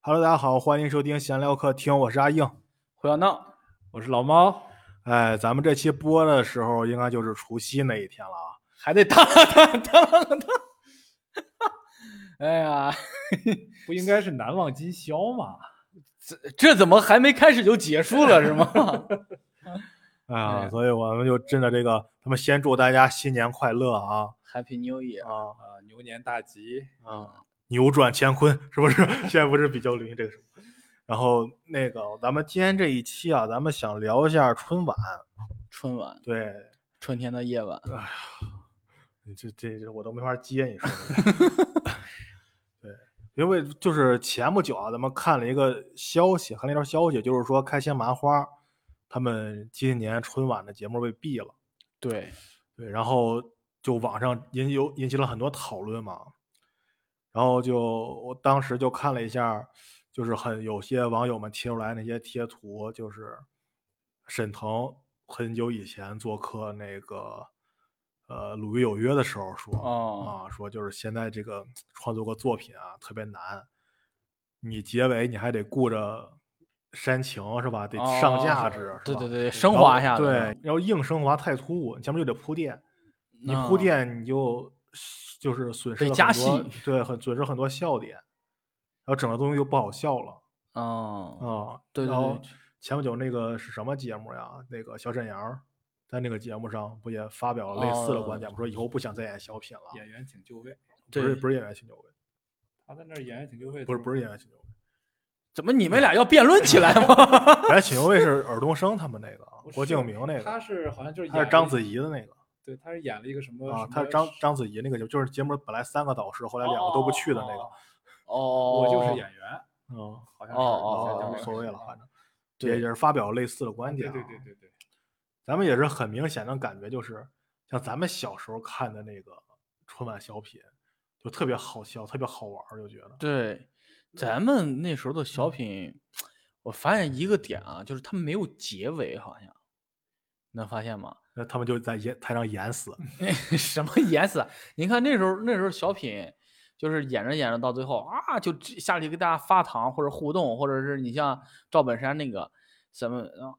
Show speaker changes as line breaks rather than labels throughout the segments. Hello，大家好，欢迎收听闲聊客厅，我是阿硬，
胡小闹，我是老猫，
哎，咱们这期播的时候应该就是除夕那一天了啊。
还得当当当当。哎呀，
不应该是难忘今宵吗？
这这怎么还没开始就结束了是吗？
哎
哎
呀，
呀
所以我们就趁着这个，咱们先祝大家新年快乐啊
Happy New Year！嗯
啊，
啊，牛年大吉，
扭转乾坤是不是？ 现在不是比较流行这个什么？然后那个，咱们今天这一期啊，咱们想聊一下春晚。
春晚，
对，
春天的夜晚，
你这这这我都没法接你说的。 对，因为就是前不久啊，咱们看了一个消息，看了一条消息，就是说开心麻花他们今年春晚的节目被毙了。
对，
对，然后就网上引有引起了很多讨论嘛，然后就我当时就看了一下儿，就是很有些网友们贴出来那些贴图，就是沈腾很久以前做客那个呃《鲁豫有约》的时候说、
哦，
啊，说就是现在这个创作个作品啊特别难，你结尾你还得顾着煽情是吧？得上
哦
价值，是
对
吧
对对，升
然后
华一下子，
对，然后硬升华太突兀，你前面就得铺垫，你
嗯
铺垫你就就是损失
得
了
加
很多
戏
对，很损失很多笑点，然后整个东西就不好笑了
哦，
啊、
对对
然后
对
前不久那个是什么节目呀？那个小沈阳儿在那个节目上不也发表了类似的观
哦
点吗？说以后不想再演小品了，
演员请就位。
不是
对
不是演员请就位，
他在那儿演员请就位，
不是不是演员请就 位，
怎么你们俩要辩论起来吗？
演员请就位是尔冬升他们那个啊
不是，
郭敬明那
他
个，
是好像就是
他是
演
章
了
子
一，
怡的那个。
对，他是演了一个什么
啊
什，
他
么
是章章子怡那个就就是节目本来三个导师，后来两个都不去的那个
哦，
哦，
我就是演员，
嗯，
好像是
哦
好像
哦
无
是
所谓了，
啊
反正也也是发表类似的观
对
点，啊
对对，对对，
咱们也是很明显的感觉就是，像咱们小时候看的那个春晚小品，就特别好笑，特别好玩儿，就觉得，
对，咱们那时候的
嗯
小品，我发现一个点啊，就是他们没有结尾，好像能发现吗？
那他们就在演台上演死，
什么演死啊？您看那时候那时候小品，就是演着演着到最后啊，就只下去给大家发糖或者互动，或者是你像赵本山那个什么，啊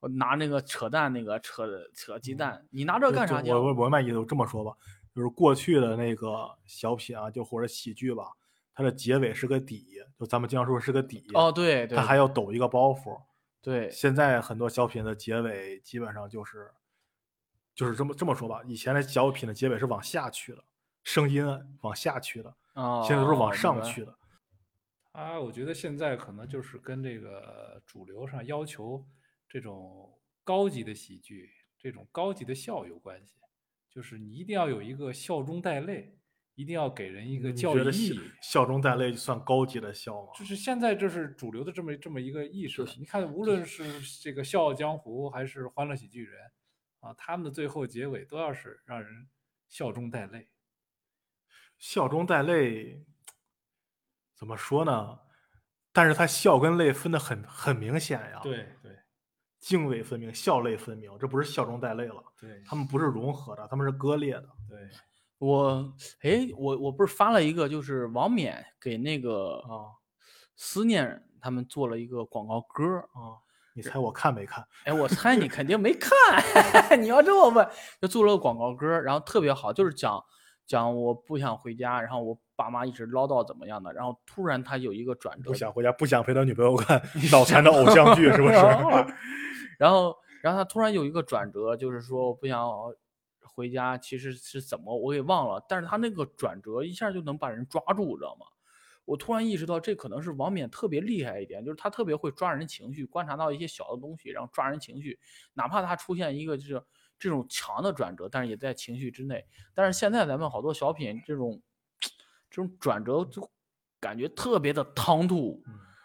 我拿那个扯蛋那个扯扯鸡蛋，你拿这
嗯就
干
就
啥去啊？
我我我卖意思，我这么说吧，就是过去的那个小品啊，就或者喜剧吧，它的结尾是个底，就咱们经常说是个底，
哦，对对
它还要抖一个包袱。
对，
现在很多小品的结尾基本上就是，就是这么这么说吧。以前的小品的结尾是往下去的，声音往下去的，
哦，
现在都是往
明
上
白
去的。
啊，我觉得现在可能就是跟这个主流上要求这种高级的喜剧、这种高级的笑有关系，就是你一定要有一个笑中带泪，一定要给人一
嗯
个
你
教
觉
育
得
意
笑
义。
笑中带泪算高级的笑吗？
就是现在这是主流的这么这么一个意识了。你看，无论是这个《笑傲江湖》还是《欢乐喜剧人》，啊，他们的最后结尾都要是让人笑中带泪。
笑中带泪，怎么说呢？但是他笑跟泪分得很很明显呀，，
啊对
泾渭分明，笑泪分明，这不是笑中带泪了，
对
他们不是融合的，他们是割裂的。
对，
我哎，我我不是发了一个，就是王冕给那个
啊
思念他们做了一个广告歌儿。
啊，你猜我看没看？
哎，我猜你肯定没看， 你要这么问，就做了个广告歌儿，然后特别好，就是讲讲我不想回家，然后我爸妈一直唠叨怎么样的，然后突然他有一个转折，
不想回家，不想陪他女朋友看脑残的偶像剧，是 不是？
然后，然后他突然有一个转折，就是说我不想回家，其实是怎么我给忘了，但是他那个转折一下就能把人抓住，知道吗？我突然意识到，这可能是王冕特别厉害一点，就是他特别会抓人情绪，观察到一些小的东西，然后抓人情绪，哪怕他出现一个就是这种强的转折，但是也在情绪之内。但是现在咱们好多小品这种这种转折就感觉特别的唐突，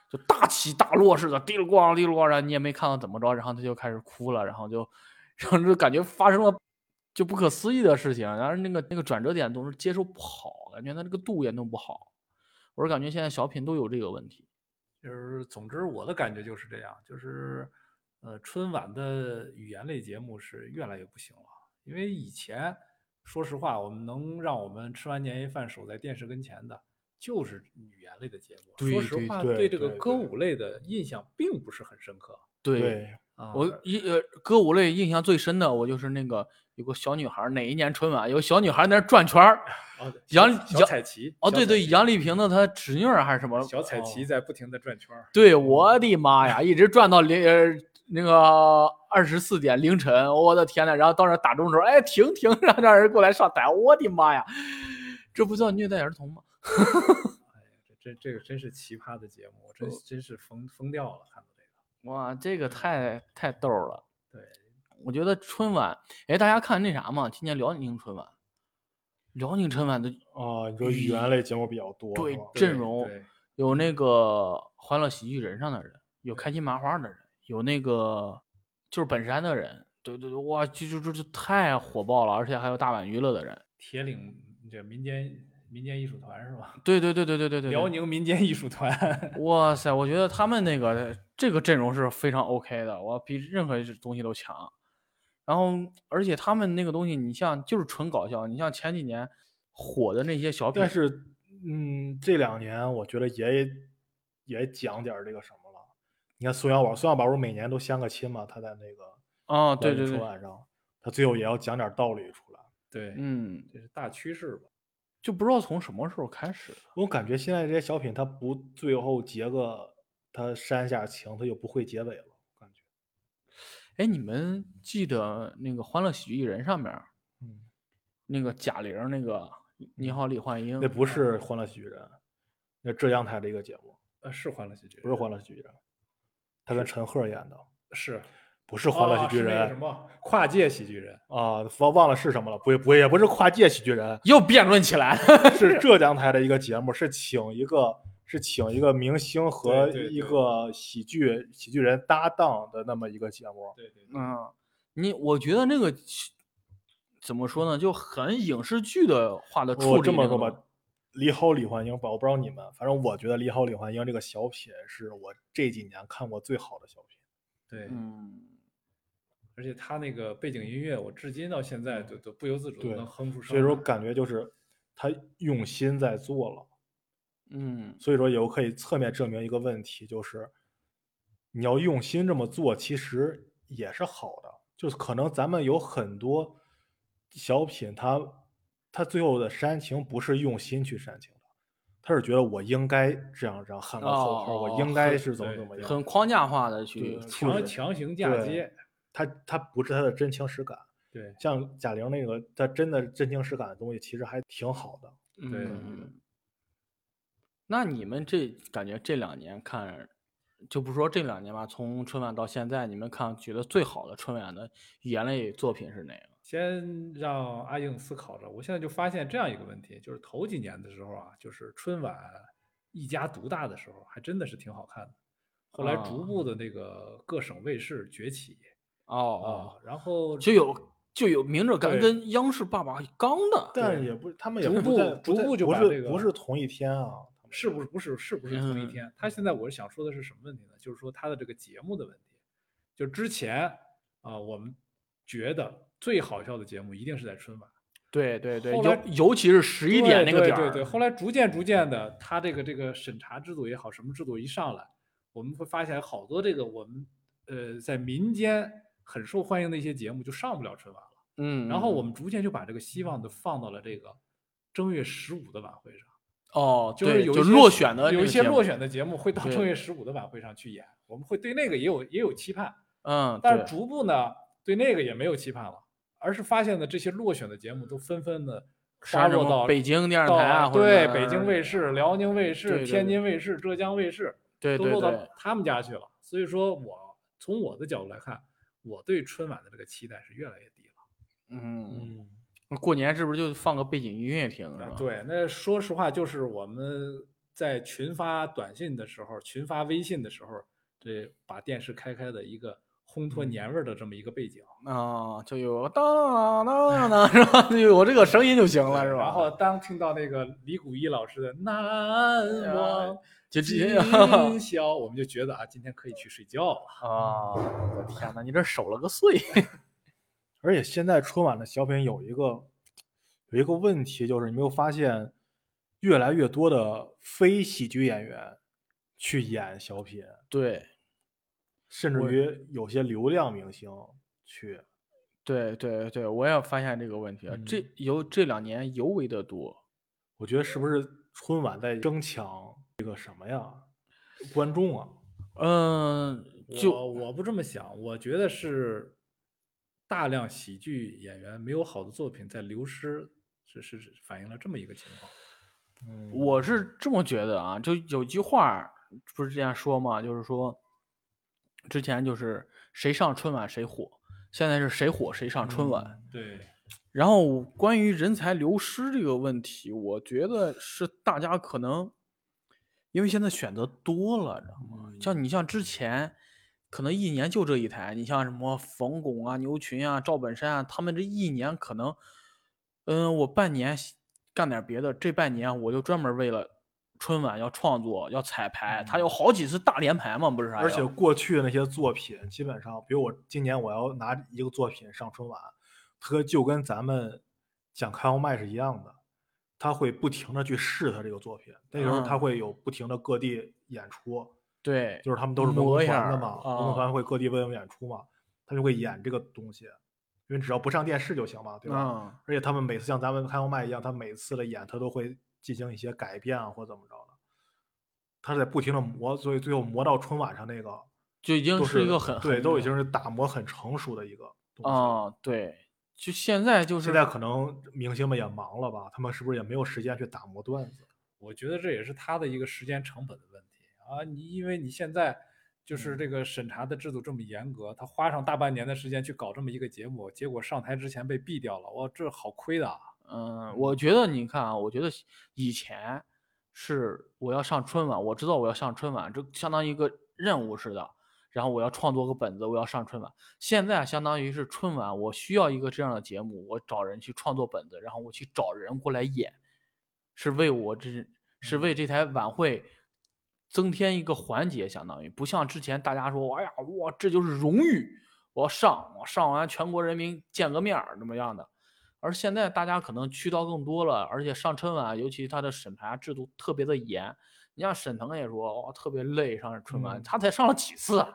就大起大落似的，滴溜咣滴溜咣，然后你也没看到怎么着，然后他就开始哭了，然后就， 然后就感觉发生了就不可思议的事情，然后那个那个转折点总是接受不好，感觉他这个度也弄不好。我是感觉现在小品都有这个问题。
就是总之我的感觉就是这样，就是呃，春晚的语言类节目是越来越不行了，因为以前说实话，我们能让我们吃完年夜饭守在电视跟前的就是语言类的节目。
对
说实
对
话，
对
这个
对
歌
对
舞类的印象并不是很深刻
对，
对，
啊。
我一呃歌舞类印象最深的，我就是那个有个小女孩儿，哪一年春晚有个小女孩儿在那儿转圈儿，
哦
杨
小
杨
彩旗
哦
小
对
彩
对，
旗
杨丽萍的她侄女儿还是什么
小彩旗
哦
在不停的转圈儿。
对，我的妈呀，一直转到凌呃那个二十四点凌晨，我的天呐！然后到那儿打钟的时候，哎，停停， 让让人过来上台，我的妈呀，这不叫虐待儿童吗？
这这个真是奇葩的节目，我
哦
真真是疯疯掉了，看到这个。
哇，这个太太逗儿了。
对，
我觉得春晚，哎，大家看那啥嘛，今年辽宁春晚，辽宁春晚的
啊，你说语言类节目比较多，
对
是吧
阵
对
容
对
有那个欢乐喜剧人上的人，有开心麻花的人，有那个就是本山的人，对对对，哇，这这这这太火爆了，而且还有大碗娱乐的人，
铁岭这民间民间艺术团是吧？
对对对对对对对，
辽
对。
宁民间艺术团，
哇塞，我觉得他们那个这个阵容是非常 OK 的，我比任何东西都强。然后，而且他们那个东西，你像就是纯搞笑，你像前几年火的那些小品，
但是，嗯，这两年我觉得也也讲点儿这个什么了。你看宋小宝，宋小宝不是每年都相个亲嘛？他在那个
啊、对
辽宁
对
春
对，
晚上，他最后也要讲点儿道理出来。
对，
嗯，
这是大趋势吧？
就不知道从什么时候开始的，
我感觉现在这些小品，他不最后结个他煽下情，他就不会结尾了。我感觉，
哎，你们记得那个《欢乐喜剧人》上面儿
嗯，
那个贾玲儿那个“你好，李焕英”，
那不是《欢乐喜剧人》，那浙江台的一个节目，
呃，是欢乐喜剧人，
不是《欢乐喜剧人》，他跟陈赫演的，
是
不是《欢乐
哦
喜剧
是那个
人
什》么跨界喜剧人，
啊，忘忘了是什么了，不也不也不是跨界喜剧 人，
又辩论起来了。
是浙江台的一个节目，是请一个是请一个明星和
对对
一
对
个喜剧喜剧人搭档的那么一个节目。
对对对，
嗯，你我觉得那个其怎么说呢，就很影视剧的化
哦
的处理。
我这么说吧，，李好李焕英吧，我不知道你们，反正我觉得李好李焕英这个小品是我这几年看过最好的小品。
对，
嗯，
而且他那个背景音乐，我至今到现在都都不由自主地
对
能哼出声
所以说
来
感觉就是他用心在做了，
嗯，
所以说有可以侧面证明一个问题，就是你要用心这么做，其实也是好的。就是可能咱们有很多小品它，它最后的煽情不是用心去煽情的，他是觉得我应该这样这样喊个口号，
哦
我应该
很
是怎么
对
怎么
对啊
样。
很框架化的去
对
处
呃强
理。
强行嫁
对
接，
他他不是他的真情实感。
对
像贾玲那个，她真的真情实感的东西，其实还挺好的。
对
嗯，那你们这感觉这两年看，就不说这两年吧，从春晚到现在，你们看觉得最好的春晚的语言类作品是哪个？
先让阿硬思考着。我现在就发现这样一个问题，就是头几年的时候啊，就是春晚一家独大的时候，还真的是挺好看的。后来逐
啊
步的那个各省卫视崛起
哦
啊、
哦，
然后
就有就有明着干
对
跟央视爸爸刚的，
但
对
也不，他们也
逐
不在
步
不
逐
在
步就
不
把
是
这个
不是同一天啊。
是不是不是是不是同一
嗯
天？他现在我是想说的是什么问题呢？就是说他的这个节目的问题。就之前啊、我们觉得最好笑的节目一定是在春晚。
对对对，
后
尤
来
尤其是十一点那
对
个
对
点儿，
对对，后来逐渐逐渐的，他这个这个审查制度也好，什么制度一上来，我们会发现好多这个我们呃在民间很受欢迎的一些节目就上不了春晚了。
嗯，
然后我
嗯
们逐渐就把这个希望都放到了这个正月十五的晚会上，
哦，
是
对
有
就
一些
落选的
有
那
一
个
些
节
落
目，
选的节目会到
对
正月十五的晚会上去演，我们会对那个也有也有期盼，
嗯，
但是
对
逐步呢对那个也没有期盼了，而是发现呢这些落选的节目都纷纷的。
像
发
什
落
么
到
北京电视
到
台啊，或者
哦对
哪
北
儿
京卫视、辽宁卫
对
视、
对
天
对
津卫视、浙江卫视
对
都
对
落到
对，
他们家去了。所以说我从我的角度来看，我对春晚的这个期待是越来越低了。
嗯，
嗯，
过年是不是就放个背景音乐听是
啊
吧？
对，那说实话，就是我们在群发短信的时候、群发微信的时候，这把电视开开的一个烘
嗯
托年味儿的这么一个背景。
啊，就有当当当，是吧？就有这个声音就行了，
对
是吧？
然后当听到那个李谷一老师的《
哎
难忘
就
今
这
宵》，我们就觉得啊，今天可以去睡觉了。
啊，我的天哪，你 这守了个 岁
而且现在春晚的小品有一个有一个问题，就是你没有发现越来越多的非喜剧演员去演小品，
对
甚至
我
于有些流量明星去。
对对对，我也发现这个问题了，这
嗯
尤这两年尤为的多。
我觉得是不是春晚在争抢这个什么呀？观众啊，
嗯，就
我我不这么想，我觉得是大量喜剧演员没有好的作品在流失，是是是反映了这么一个情况。
嗯
我是这么觉得啊，就有句话儿不是这样说嘛，就是说，之前就是谁上春晚谁火，现在是谁火谁上春晚。
对，
然后关于人才流失这个问题，我觉得是大家可能因为现在选择多了，知道吗？像你像之前可能一年就这一台，你像什么冯巩啊、牛群啊、赵本山啊，他们这一年可能，嗯，我半年干点别的，这半年我就专门为了春晚要创作、要彩排，他有好几次大连排嘛，不是还
嗯而且
有
过去的那些作品，基本上，比如我今年我要拿一个作品上春晚，它就跟咱们讲开放麦是一样的，他会不停的去试他这个作品，那时候他
啊
会有不停的各地演出，
对，
就是他们都是文
磨
工
一下
团的
儿
嘛，文工
啊
团会各地为我们演出嘛，他就会演这个东西，因为只要不上电视就行嘛，对吧？
嗯。
而且他们每次像咱们开放麦一样，他每次的演他都会进行一些改变啊，或怎么着的，他是在不停的磨，所以最后磨到春晚上那个。
就已经
都
是一个很
对，
很
都已经是打磨很成熟的一个东西了。
啊、对，就现在就是
现在可能明星们也忙了吧，他们是不是也没有时间去打磨段子？
我觉得这也是他的一个时间成本的问题啊。你因为你现在就是这个审查的制度这么严格，他花上大半年的时间去搞这么一个节目，结果上台之前被毙掉了，哇，这好亏的啊！
嗯，我觉得你看啊，我觉得以前是我要上春晚，我知道我要上春晚，这相当于一个任务似的，然后我要创作个本子，我要上春晚。现在啊相当于是春晚，我需要一个这样的节目，我找人去创作本子，然后我去找人过来演，是为我这是为这台晚会增添一个环节，相当于不像之前大家说，哎呀，哇，这就是荣誉，我要上，我上完全国人民见个面儿怎么样的。而现在大家可能渠道更多了，而且上春晚，尤其它的审查制度特别的严。你像沈腾也说，哦，特别累上春晚，
嗯
他才上了几次啊？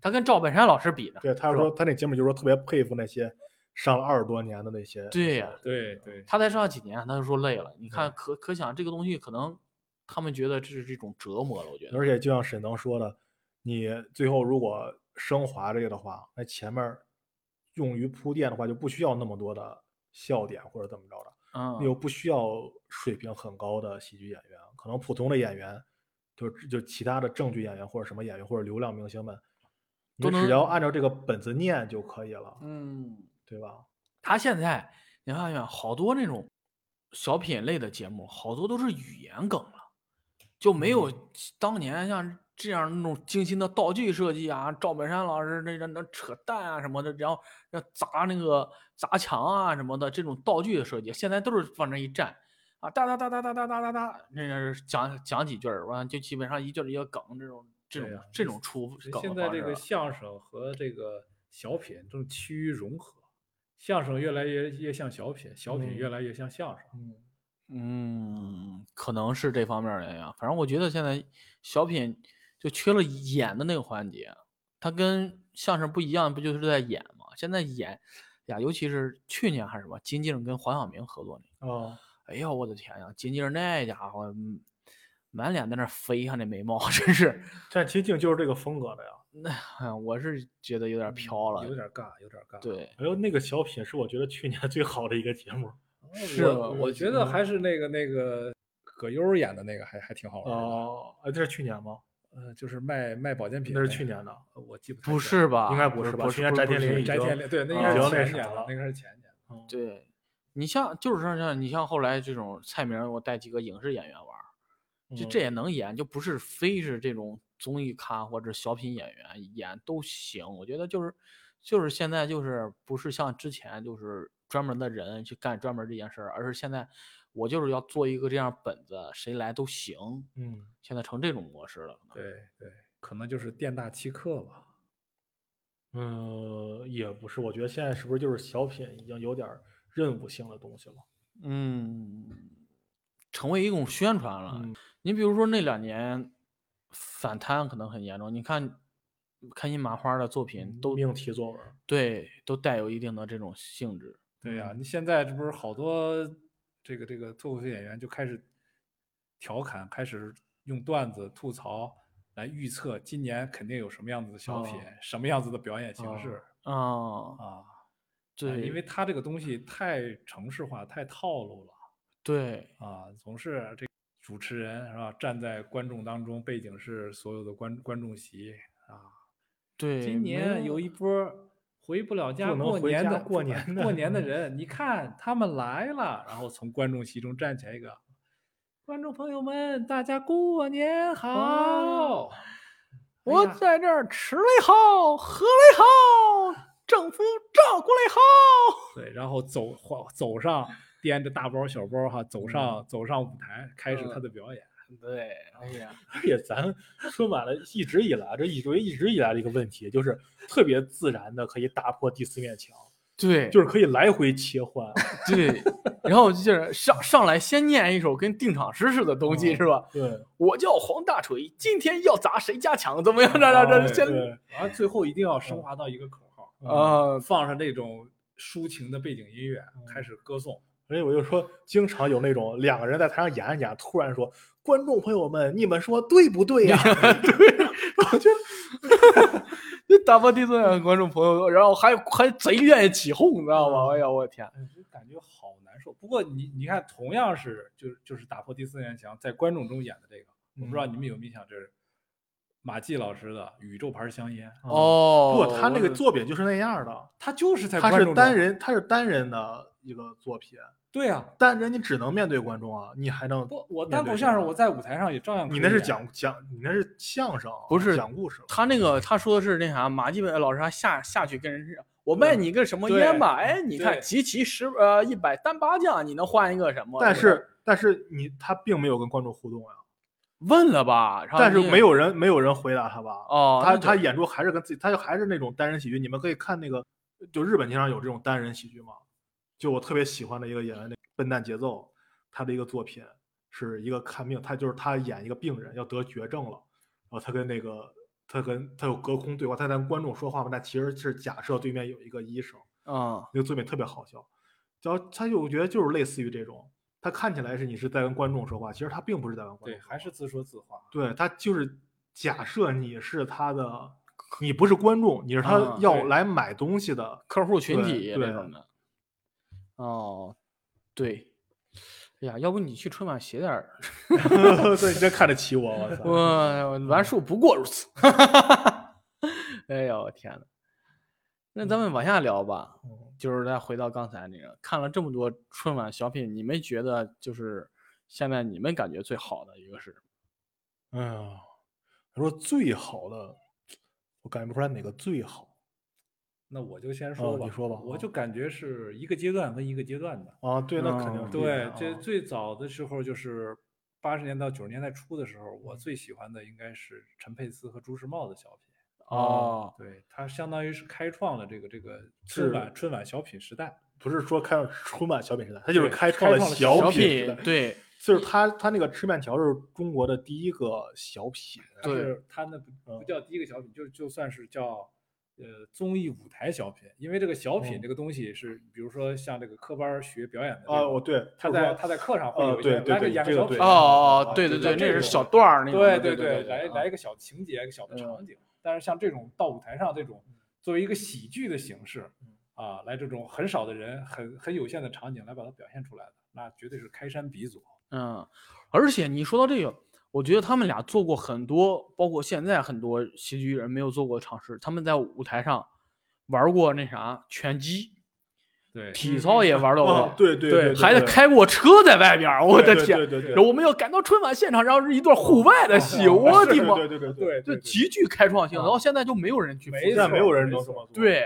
他跟赵本山老师比呢？
对，他
是
说
吧
他那节目就说特别佩服那些上了二十多年的那些。
对呀嗯
对对，
他才上几年，啊他就说累了。你看，可可想这个东西，可能他们觉得这是一种折磨了。我觉得，
而且就像沈腾说的，你最后如果升华这个的话，那前面儿用于铺垫的话就不需要那么多的笑点或者怎么着的。
嗯，
又不需要水平很高的喜剧演员，可能普通的演员，就就其他的正剧演员或者什么演员或者流量明星们，你
都
只
能
要按照这个本子念就可以了，
嗯，
对吧？
他现在你发现好多那种小品类的节目，好多都是语言梗了，就没有
嗯
当年像这样那种精心的道具设计啊，赵本山老师那那那扯淡啊什么的，然后要砸那个砸墙啊什么的这种道具的设计，现在都是往那一站。啊，哒哒哒哒哒哒哒哒哒，那是讲讲几句儿，完了就基本上一句儿一个梗，这种这
对
种、
啊
这种出
所以
梗的
现在
方
这
式
个
了
相声和这个小品正趋于融合，相声越来越越像小品，小品越
嗯
来越像相声。
嗯，
嗯，可能是这方面儿的呀。反正我觉得现在小品就缺了演的那个环节，它跟相声不一样，不就是在演吗？现在演呀，尤其是去年还是什么，金靖跟黄晓明合作那个，
哦，
哎呦我的天呀，金靖那家伙嗯满脸在那儿飞啊呀，那眉毛真是，
但其实净就是这个风格的呀。
哎呀我是觉得有
嗯
点儿嗯飘了。
有点尬，有点尬。
对，
哎呦，那个小品是我觉得去年 最好的一个节目。
哦，
是吧
我
我
我觉得还是那个那个葛优演的那个还还挺好玩的。
哦，哎，这是去年吗？
呃，就是卖卖保健品，
那是去，年的。
呃我记不太
不
清了
是吧？
应该不
是
是吧
不
去年翟
不
天
是
临已
翟
经
天临，对，那应
已
该
经
是
那
前
啥
年了
了，
那个是前年。
嗯，
对，你像就是像像你像后来这种蔡明儿，我带几个影视演员玩儿，就
嗯
这也能演，就不是非是这种综艺咖或者小品演员演都行。我觉得就是就是现在就是不是像之前就是专门的人去干专门这件事儿，而是现在我就是要做一个这样本子，谁来都行。
嗯，
现在成这种模式了，可能
对对，可能就是店大欺客吧。
嗯，也不是，我觉得现在是不是就是小品已经有点儿任务性的东西了？
嗯，成为一种宣传了。
嗯
你比如说那两年反贪可能很严重，你看开心麻花的作品都
嗯命题作文儿，
对都带有一定的这种性质。
对呀、你现在这不是好多这个这个脱口秀演员就开始调侃，开始用段子吐槽来预测今年肯定有什么样子的小品，
哦
什么样子的表演形
哦
式、
啊，
啊？哎
对，
因为他这个东西太城市化、太套路了
对
啊，总是这主持人是吧，站在观众当中，背景是所有的观观众席啊，
对，
今
没
年有一波回不了家
不能
过
回
年
家
的
过
不
年的
过年的人，你看他们来了，然后从观众席中站起来一个，观众朋友们，大家过年好！
哦我
哎呀
在这儿吃嘞好，喝嘞好，政府照顾嘞好。
对，然后走晃走上掂着大包小包哈，
嗯
走上、走上舞台，开始他
嗯
的表演。
对，哎呀，
而且咱说满了，一直以来，这一直一直以来的一个问题，就是特别自然的可以打破第四面墙，
对，
就是可以来回切换。
对， 然后就是上上来先念一首跟定场诗似的东西，
嗯
是吧？
对，
我叫黄大锤，今天要砸谁家墙？怎么样？咋咋咋？
啊对嗯
先
对，
然后最后一定要升华到一个口号，
啊，
放上那种抒情的背景音乐，开始歌颂。
所以我就说，经常有那种两个人在台上演着演着，突然说：“观众朋友们，你们说对不对 呀、
就打破第四眼啊观众朋友，然后还还贼愿意起哄，你知道吗？哎呀，我天！
哎，就感觉好难受。不过你你看，同样是就是就是打破第四面墙，在观众中演的这个，我不知道你们有没有印象，就是马季老师的《宇宙牌香烟》，
哦，
不，他那
我
个
是
作品就是那样的，
他就是在观
他
众
是
中
单，人，他是单人的一个作品，
对啊，
单人你只能面对观众啊，你还能
不，我
面
单
对
口
谁
相声
啊
我在舞台上也照样可以啊
你
演，
那是讲讲，你那是相声，啊
不是
讲故事。
他那个他说的是那啥，马季老师还下下去跟人是，我卖你个什么烟吧？
对
哎，
嗯
你看
对
集齐十呃一百单八将，你能换一个什么？
但
对吧
是但是你他并没有跟观众互动啊呀、
问了吧，然后
但是
你也
没有人没有人回答他吧？
哦，
他
那
他
就
演出还是跟自己，他就还是那种单人喜剧。你们可以看那个，就日本经常有这种单人喜剧嘛。就我特别喜欢的一个演员，那笨蛋节奏，他的一个作品是一个看病，他就是他演一个病人要得绝症了，然后他跟那个他跟他有隔空对话，他在跟观众说话嘛，但其实是假设对面有一个医生，
嗯
那个作品特别好笑。然后他就我觉得就是类似于这种，他看起来是你是在跟观众说话，其实他并不是在跟观众
对，
说
还
话
是自说自话。
对他就是假设你是他的，你不是观众，你是他
啊
要
对
来买东西的。
客户群
对
体
对
这种的。哦，对，哎呀，要不你去春晚写点儿，
对，你这看得起我，我嗯
我
操！
栾树不过如此。 哎呦，我天呐。那咱们往下聊吧，
嗯
就是再回到刚才那个，看了这么多春晚小品，你们觉得就是现在你们感觉最好的一个是？
哎呀，他说最好的，我感觉不出来哪个最好
那我就先说
哦
吧，
你说吧
我
啊
就感觉是一个阶段跟一个阶段的。
啊。对，那肯定
嗯
是这
对
样，
哦这
啊
最早的时候就是八十年到九十年代初的时候，我最喜欢的应该是陈佩斯和朱时茂的小品。
哦，
对，它相当于是开创了这个这个
是
春晚春晚小品时代。
不是说开创春晚小品时代，他就是
对
开
开
创了
创了
小
小
品时
品
代。
对
就是他，他那个吃面条是中国的第一个小品。
它
对
是它那不不
嗯
叫第一个小品，就就算是叫呃综艺舞台小品，因为这个小品
嗯
这个东西是，比如说像这个科班儿学表演的这
啊，
种
我对
他
就是
在
说
他在课上会
呃
有一
对
些
对
来
对
演个
这个
小
对
品
哦哦
啊
对对
就
对，
像
那
这
是
种
小段儿那种
对
的对对，
对，来
啊
来一个小情节，一个小的
嗯
场景。但是像这种到舞台上这种，作为一个喜剧的形式
嗯
啊，来这种很少的人、很很有限的场景来把它表现出来的，那绝对是开山鼻祖。
嗯，而且你说到这个，我觉得他们俩做过很多，包括现在很多喜剧人没有做过尝试，他们在舞台上玩过那啥拳击、
对
体操也玩到过，
啊，对对对，
对
还
对
开过车在外边儿，我的
对
天！
对对对，哦
我们要赶到春晚现场，然后是一段户外的戏，我的
对
妈，
对对对对
对
这
对，
极具开创性，
啊
然后现在就没有人去复
没
现
制
在
错
没有人
没
能
错
这么做。，
对，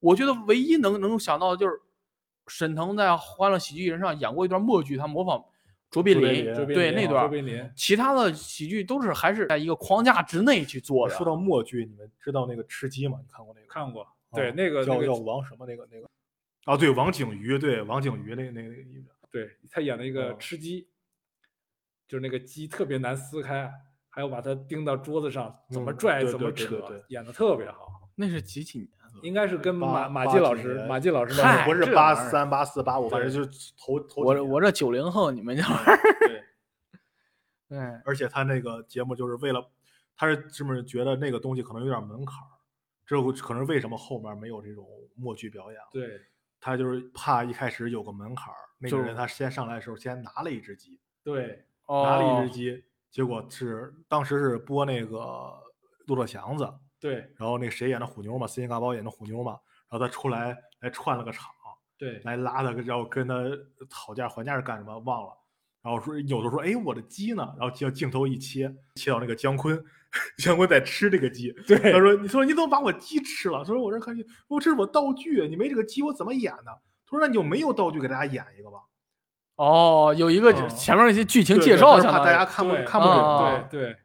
我觉得唯一能能想到的就是沈腾在《欢乐喜剧人》上演过一段默剧，他模仿卓别
卓别
林，
林哦
周
卓
别
对
林
那
啊
段
周
儿。
别林，
其他的喜剧都是还是在一个框架之内去做的。
说到默剧，你们知道那个吃鸡吗？你看过那个？
看过，
啊
对那个那
叫叫
个，
王什么那个那个？啊，对，王景瑜，对，王景瑜那那那个
对他演了一个
嗯
吃鸡，就是那个鸡特别难撕开，还要把它钉到桌子上，怎么
嗯
拽、
对
怎么
对
扯，
对对对
演的特别好。
那是几几年了？
应该是跟马
八
马
八
季老
几
师，
年
马季老师
嗨
不是
这玩
八
意儿
三八四八五，反正就是头头几
我这
年
我这九零后，你们这玩意儿，
对，
对，
而且他那个节目就是为了，他是是不是觉得那个东西可能有点门槛儿，这可能是为什么后面没有这种默剧表演了，
对
他就是怕一开始有个门槛儿，那个
就
人他先上来的时候先拿了一只鸡，
对，
拿了一
哦
只，鸡，结果是当时是播那个骆驼祥子，
对
然后那谁演的虎妞嘛，斯琴嘎包演的虎妞嘛，然后他出来来串了个场，
对
来拉他，然后跟他讨价还价是干什么忘了。然后说有的说，哎，我的鸡呢？然后镜镜头一切，切到那个姜昆， 姜昆在吃这个鸡。
对
他说：“你说你怎么把我鸡吃了？”他说：“我这看见，我这是我道具，啊你没这个鸡我怎么演呢？”他说：“那你就没有道具给大家演一个吧？
哦，有一个
嗯
前面那些剧情
对
介
对
绍，
他是
相
怕
当
大
于
家看不
对
看不懂。
啊
对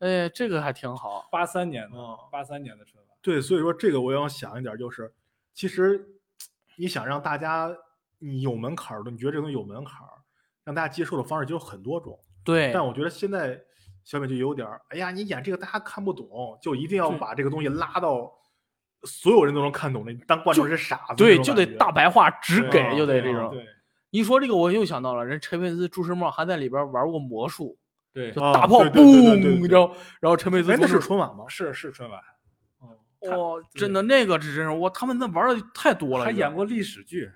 对，
哎，这个还挺好。
八三年的
哦，
八三年的春晚，
对，所以说这个我要想一点，就是其实你想让大家你有门槛儿的，你觉得这东西有门槛儿，让大家接受的方式就有很多种。
对，
但我觉得现在小品就有点儿，哎呀，你演这个大家看不懂，就一定要
对
把这个东西拉到所有人都能看懂的，你当观众是傻子，
对，就得大。白话直
对
啊
给，就
对
得这种。
对
一说这个，我又想到了，人陈佩斯、朱时茂还在里边玩过魔术，
哦对
就
啊
大炮
对对对对对对
嘣，然后然后陈佩斯
哎，那
做
是
出
春晚吗？
是是春晚，哦，他
哇，
对
真的那个是真是哇，他们那玩的太多了。
他
已经
演过历史剧，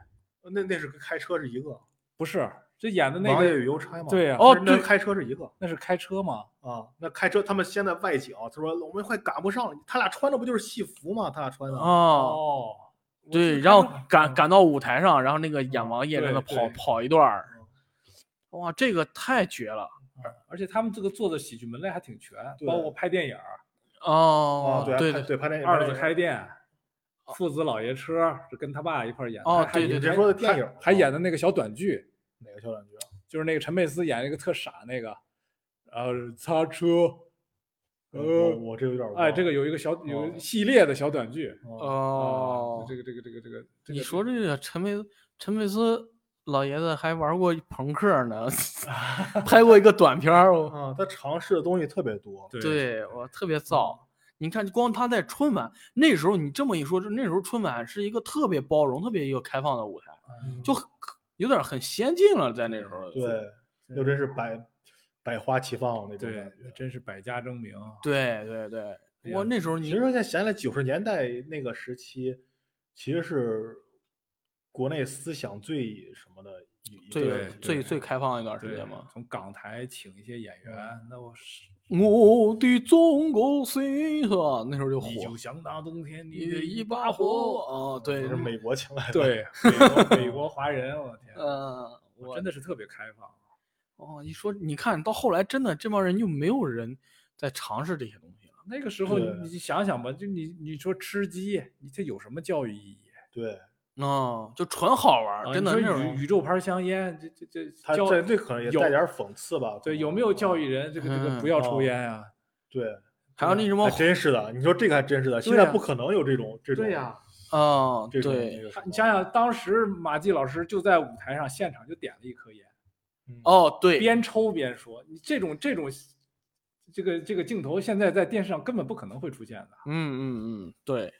那那是跟开车是一个，
不是这演的那
王爷
个
与邮差嘛。
对呀
不是
哦
那
对
开车是一个
那是开车吗？
啊。那开车他们现在外景，他说我们快赶不上了，他俩穿的不就是戏服吗？他俩穿的。
啊，
哦，我
对，
是
然
看
后
着
赶赶到舞台上，然后那个演
嗯
王爷在那
对
跑
对
跑一段儿
嗯，
哇，这个太绝了
而且他们这个做的喜剧门类还挺全，包
对
括拍电影儿、
哦
啊，，对啊
对
拍对，拍电影。
哦二
拍
次
电影
开店、父子老爷车，是跟他爸一块儿演的。
哦对
还还
对
你别
对
说的
还
电影儿
还演的那个小短剧，
哪个小短剧啊？
就是那个陈佩斯演那个特傻那个，然后是擦车，
我
呃，
我这有点忘了。
哎，这个有一个小有
哦
一系列的小短剧。
哦
哦
啊，这个这个这个这个，这
你
个
说这个陈佩陈佩斯老爷子还玩过朋克 呢，拍过一个短片儿哦。
啊，他尝试的东西特别多。
对嗯
对我特别燥。你看，光他在春晚那时候，你这么一说，就那时候春晚是一个特别包容、特别一个开放的舞台，
嗯
就很有点很先进了，在那时候。
对，又真是百百花齐放那种
嗯对
感，
那
觉。
真是百家争鸣。
对对对，
呀
我那时候
哎其
你
实说现在想起来，九十年代那个时期，其实是国内思想最什么的一一
最
个
对
最
对
最开放一段时
对
间嘛。
从港台请一些演员，那我是
我的中国心是吧？那时候就火
你，就想当冬天
你
你
的
的
一
一
把
把
火
火。
啊，对，
是美国请来的。
嗯对，美国美国华人，我的天，
呃，我
真的是特别开放。啊
哦，一说你看到后来，真的这帮人就没有人在尝试这些东西了。
那个时候
对
你想想吧，就你你说吃鸡，你这有什么教育意义？
对，
哦，就纯好玩
啊
儿，真
你
的
说
那种
宇宇宙牌香烟，这这这
他
教
在这可能也
有
带点儿讽刺吧。可
对
能
有没有教育？人这个这个
嗯
不要抽
哦
烟啊呀？
对，
还有那什
还，
么
真是的。你说这个还真是的，现
对
在
呀
不可能有这种这种。
对呀，
哦，
这种
对，，
那个什
你
么
想，想，当时马季老师就在舞台上现场就点了一颗烟，
嗯，
哦，对，
边抽边说，你这种这种这个这个镜头现在在电视上根本不可能会出现的。
嗯嗯嗯，对。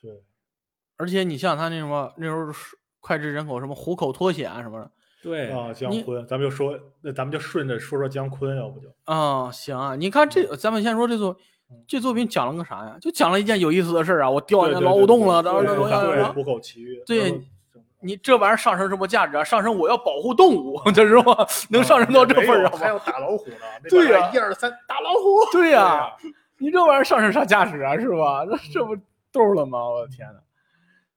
对，
而且你像他那什么，那时候是脍炙人口什么虎口脱险啊什么的
对
啊，姜
你
昆，咱们就说，那咱们就顺着说说姜昆，要不就
啊、行啊，你看
嗯
这，咱们先说这作这作品讲了个啥呀？就讲了一件有意思的事儿啊，我掉
对
进
对
老
对
虎洞
对
了，
对
然后
对
然后然后
对
然后
虎口奇遇，
对
然后
啊你这玩意儿上升什么价值啊？上升我要保护动物， 这是
啊
吗？能上升到这份儿上
还
吗？
要打老 虎呢？那
对
边
呀
还一二三，打老虎。
对呀、你这玩意儿上升啥价值啊？是吧？这这不逗了吗？我的天呐！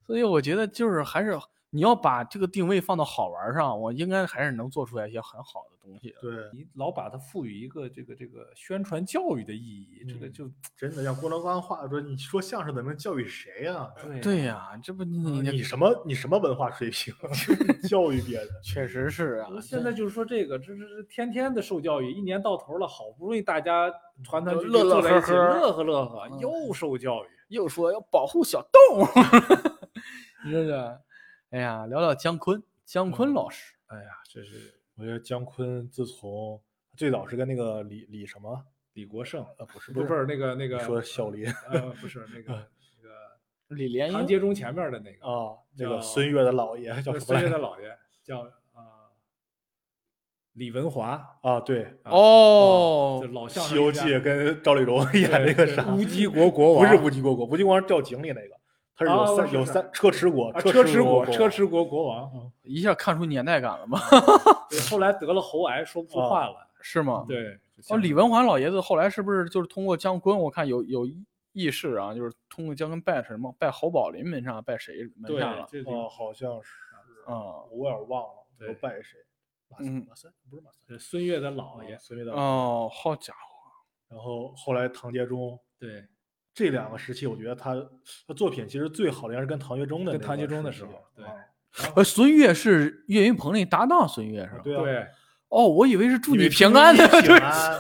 所以我觉得就是还是你要把这个定位放到好玩儿上，我应该还是能做出来一些很好的东西的。
对，
你老把它赋予一个这个这个宣传教育的意义，这个
嗯
就
真的像郭德纲话说，你说相声怎么能教育谁呀？
对
对呀、这不你
啊你什么你什么文化水平啊 教育别人？
确实是啊
我，现在就是说这个，这这这天天的受教育，一年到头了，好不容易大家团团
就
聚聚
乐乐
坐在一
呵
起，
呵
乐呵乐呵
嗯，
又受教育。
又说要保护小动物， 你这个，哎呀，聊聊姜昆，姜昆
嗯
老师，
哎呀，这是
我觉得姜昆自从最早是跟那个李李什么，
李国盛
呃，不是
不
是
是那个那个
说小林
呃，不是那 个那个
李莲
唐
英
杰忠前面的那个
啊，那个
叫
孙悦的姥爷叫什
那
么
孙
来
悦
着
的？姥爷叫啊李文华，
啊，对，
哦
就，老
《
相
西
声
游
一
记
家》
跟赵丽蓉演那
对
个
对
啥，
乌鸡国国
不
王
是乌鸡国国，乌鸡国王是掉井里那个，他哦是有
啊
三
是
有
是
三车迟国
啊，
车
车
迟
迟
国
国
国
车
王
迟国国王，嗯
一下看出年代感了吗？
对，后来得了喉癌，说不出
啊嗯
话来，
是吗？
对，
哦，李文华老爷子后来是不是就是通过姜昆？我看有有议事啊，就是通过姜昆拜什么拜侯宝林门上，拜谁门
对
上了？
这
哦，
个
好像是，
嗯
我有点忘了，我
对
拜谁？马三
嗯
马三不是马三，
呃孙悦的姥爷，
孙悦的。
哦，好家伙，
然后后来唐杰忠
对，
这两个时期，我觉得他他作品其实最好的应该是跟唐杰忠的
跟
那
唐
个
杰忠的时
期
候对
啊
呃，孙越是岳云鹏那搭档，孙越是吧？
对啊，
对，
哦，我以为是祝
因为
你平安呢，
平
对，
安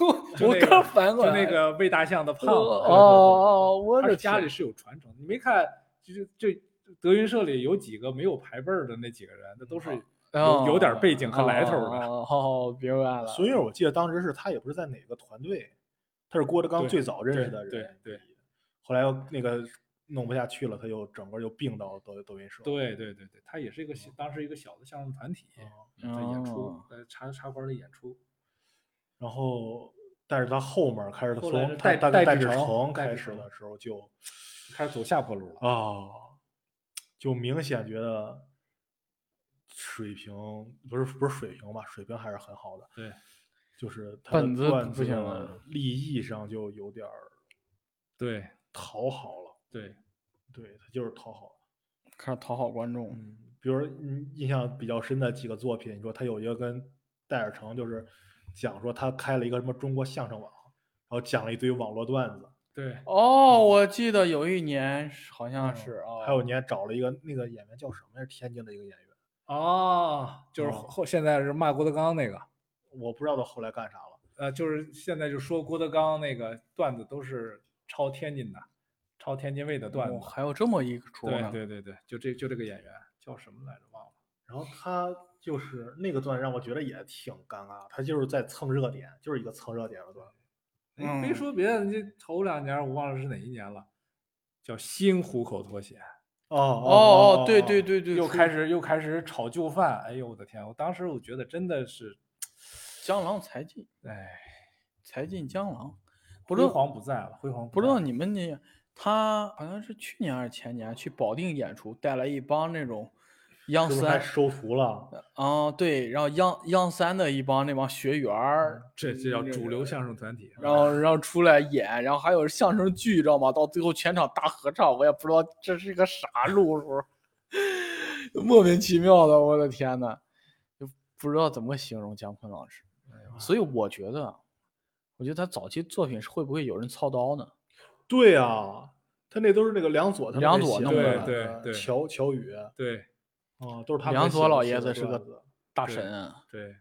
我
就
我
那
刚
个
反过
就
来，
那个喂大象的胖子，
哦哦，我
他
的
是家
天
里是有传承的。你没看，就是这德云社里有几个没有排辈儿的那几个人，那都
哦
是有有点背景和来头啊
哦
的。
哦哦哦哦，明 白了。
孙
嗯
悦，我记得当时是他也不是在哪个团队，他是郭德纲
对
最早认识
对
的人
对对
之一，后来又那个弄不下去了，他又整个又病到抖抖音社。
对对对对，他也是一个小当时一个小的相声团体
啊，
在演出呃
哦，
在茶茶馆里演出。
然后，但是他后面开始
后来
从
是
他
戴
大
戴
概戴
志
志
诚
诚
戴
开
志
始
诚
的时候就
开始走下坡路了，
啊，就明显觉得水平不是不是水平吧，水平还是很好的，
对，
就是他的
本子
段
不行
子
了
立意上就有点儿
对
讨好了，
对，
对他就是讨好了。
开始讨好观众，
嗯，比如你印象比较深的几个作品，你说他有一个跟戴尔成，就是讲说他开了一个什么中国相声网，然后讲了一堆网络段子，
对
哦，我记得有一年是好像
嗯
是啊，
还有你还找了一个那个演员叫什么呀？天津的一个演员，
哦，就是
嗯
后现在是骂郭德纲那个，
我不知道他后来干啥了。
呃，就是现在就说郭德纲那个段子都是抄天津的，抄天津卫的段
哦
子。
还有这么一个出
对
呢，
对对对，就这就这个演员叫什么来着？忘了。
然后他就是那个段子让我觉得也挺尴尬，他就是在蹭热点，就是一个蹭热点的段子。
哎别
嗯
说别的，这头两年我忘了是哪一年了，叫新虎口脱险，
哦
哦哦，对对，对对，
又
出
开始又开始炒就饭。哎呦我的天！我当时我觉得真的是，
江郎才尽，
哎，
才尽江郎。不知
辉
道
煌不在了，辉煌
不知
在
道
了
你们那，他好像是去年还是前年去保定演出，带来一帮那种央
是不是还
三
收徒了？
啊、对，然后央央三的一帮那帮学员儿，
这这
嗯
叫
那
主
个
流相声团体。
然后然后出来演，然后还有相声剧，知道吗？到最后全场大合唱，我也不知道这是个啥路数， 莫名其妙的，我的天呐，就不知道怎么形容姜昆老师。
哎
所以我觉得，啊我觉得他早期作品是会不会有人操刀呢？
对啊，他那都是那个梁左他们
梁
给
左
写
弄
的
的
段
对
子
对
乔乔宇，
对
哦，都是他们
梁
写
左
的
老
写
爷
的
子是
段
个
子
大
对
神啊，
对，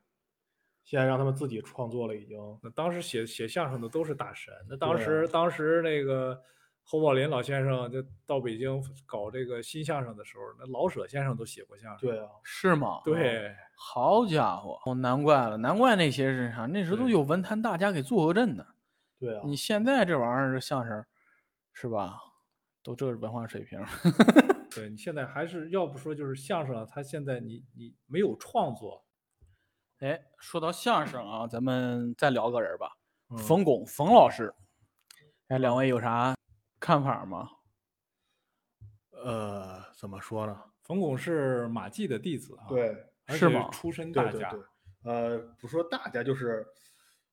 现在让他们自己创作了，已经
那当时写写相声的都是大神。那当
对啊
时当时那个侯宝林老先生就到北京搞这个新相声的时候，那老舍先生都写过相声。
对啊，
是吗？，哦
对
好家伙，哦，难怪了，难怪那些人啥，那时候都
对
有文坛大家给做和阵呢。
对啊，
你现在这玩意儿这相声，是吧？都这文化水平，
对，你现在还是要不说就是相声啊，它现在你你没有创作，
哎，说到相声啊，咱们再聊个人吧，
嗯
冯巩，冯老师。哎，两位有啥看法吗？
呃，怎么说呢？
冯巩是马季的弟子啊，，
对
而
是
且
吗
出身
对
大
对
家，
对，呃，不说大家就是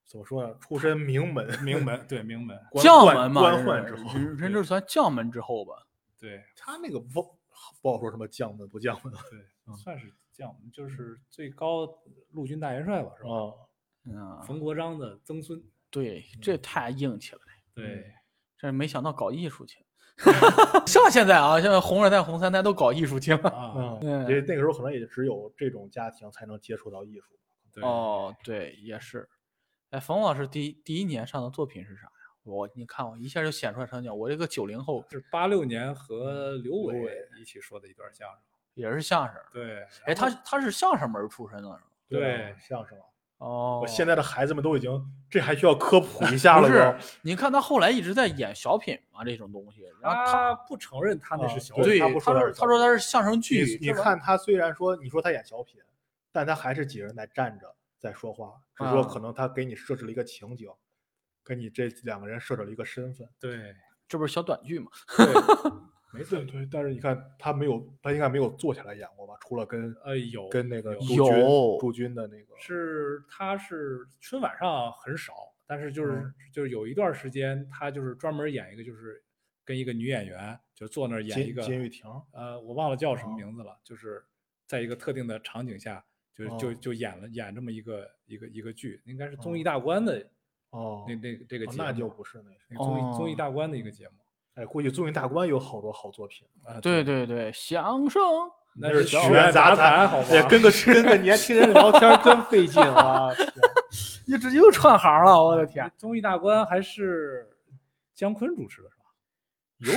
怎么说呢？出身名门，
名门，对名门，
官
将
宦
门嘛，
官
这
宦
是
之后，
人人
对
这算将门之后吧？
对
他那个不不好说什么将门不将门啊
对，算是将门，就是最高陆军大元帅吧，是吧？
哦
啊
嗯，
冯国璋的曾孙，
对，
嗯
这太 硬气了，
对
这没想到搞艺术去 了。像现在啊，现在红二代、红三代都搞艺术去 了。
啊，
啊，
嗯
因为那个时候可能也只有这种家庭才能接触到艺术。
对，
哦，对，也是。哎，冯老师第一第一年上的作品是啥呀？我你看我一下就显出来成就，我这个九零后
是八六年和刘
嗯刘
伟
伟啊
一起说的一段相声，
也是相声。
对，
哎，
哦
然
他
后
是他是相声门儿出身的是吧？
对
吧相声啊，
哦，
我现在的孩子们都已经这还需要科普一下
不
了
是
吗？，
你看他后来一直在演小品嘛这种东西，然后
他不承认他那
啊
是小
对
品
对
他不
他
说他
说
是
他说他是相声
你
剧，
你
是吧
看他虽然说你说他演小品，但他还是几个人在站着在说话，只是说
啊
可能他给你设置了一个情景，给你这两个人设置了一个身份。
对
这不是小短剧嘛？
对，没错
对，对，但是你看他没有，他应该没有坐下来演过吧？除了跟
呃，有
跟那个
有
朱军
有
朱军的那个
是他是春晚上很少，但是就是、
嗯
就是有一段时间，他就是专门演一个，就是跟一个女演员就坐那儿演一
金
个，
金玉婷，
呃，我忘了叫什么
哦
名字了，就是在一个特定的场景下，就就
哦
就演了演这么一个一个一个剧，应该是综
哦
艺大观的
哦，
那那这个
哦
节目，
那就不是那谁
那。个综艺、综艺
哦
大观的一个节目
哎，估计综艺大观有好多好作 品，
啊，
对对对，相 声
那
是
学
曲苑
杂
杂
谈，
谈
好
也
吧？
跟个跟个年轻人聊天儿真费劲 啊！天
一直又串行了，我的天！
综艺大观还是姜昆主持的是吧？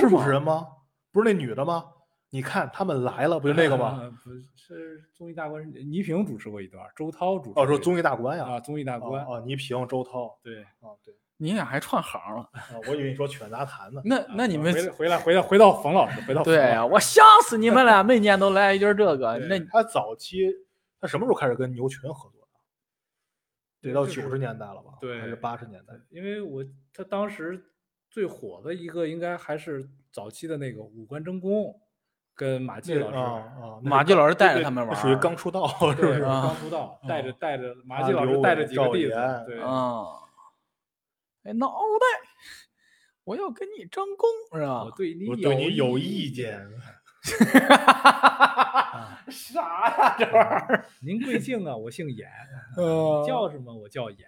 有主持人吗？不是那女的吗？你看他们来了，不就那个吗？
啊？不是综艺大观，是倪萍主持过一段，周涛主持过
哦，
一段。
说综艺大观呀，
啊，综艺大观，
哦，哦倪萍、周涛，
对。
啊，对，
你俩还串行了，，
啊，我以为你说犬杂谈 呢
那那
哦
你们
回来回来回来回到冯老师，回到冯
对
老
呀，
师
我想死你们俩，每年都来一句这个，
对
那
他早期他什么时候开始跟牛群合作的？得到
就
九
是
十年代了吧？还
对
是八十年代？
因为我他当时最火的一个应该还是早期的那个《五官争功》，跟马季
那
老师，
啊啊，那
马
是
季老师带着
对
他们
那
玩儿，
属于刚出道，是不
对，
是？
啊
刚出道，带着带着马
啊
季老师
刘
带着
伟
几个
赵
弟子
岩，
对，
啊，哎，脑袋，我要跟你争功，是吧
我？对你
啊我对你有
意
意见，
啥呀，这玩意儿？
您贵姓啊？我姓演，
呃
叫什么？我叫 演，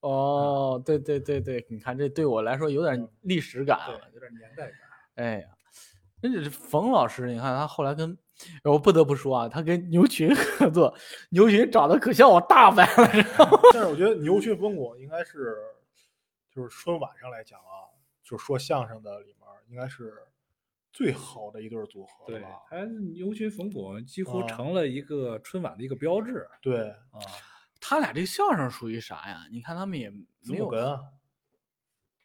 哦，对对对对，你看这对我来说有
嗯
点历史感啊了。
啊对，有点年代感。
哎呀，那这冯老师，你看他后来跟，我不得不说啊，他跟牛群 合作，牛群长得可像我大伯了， 是吧
但是我觉得牛群风骨应该是，就是春晚上来讲啊，就说相声的里面儿应该是最好的一对儿组合了
对
吧，？
他牛群冯巩几乎
啊
成了一个春晚的一个标志
对，
啊。
他俩这相声属于啥呀？你看他们也
子
没
母
有
哏啊，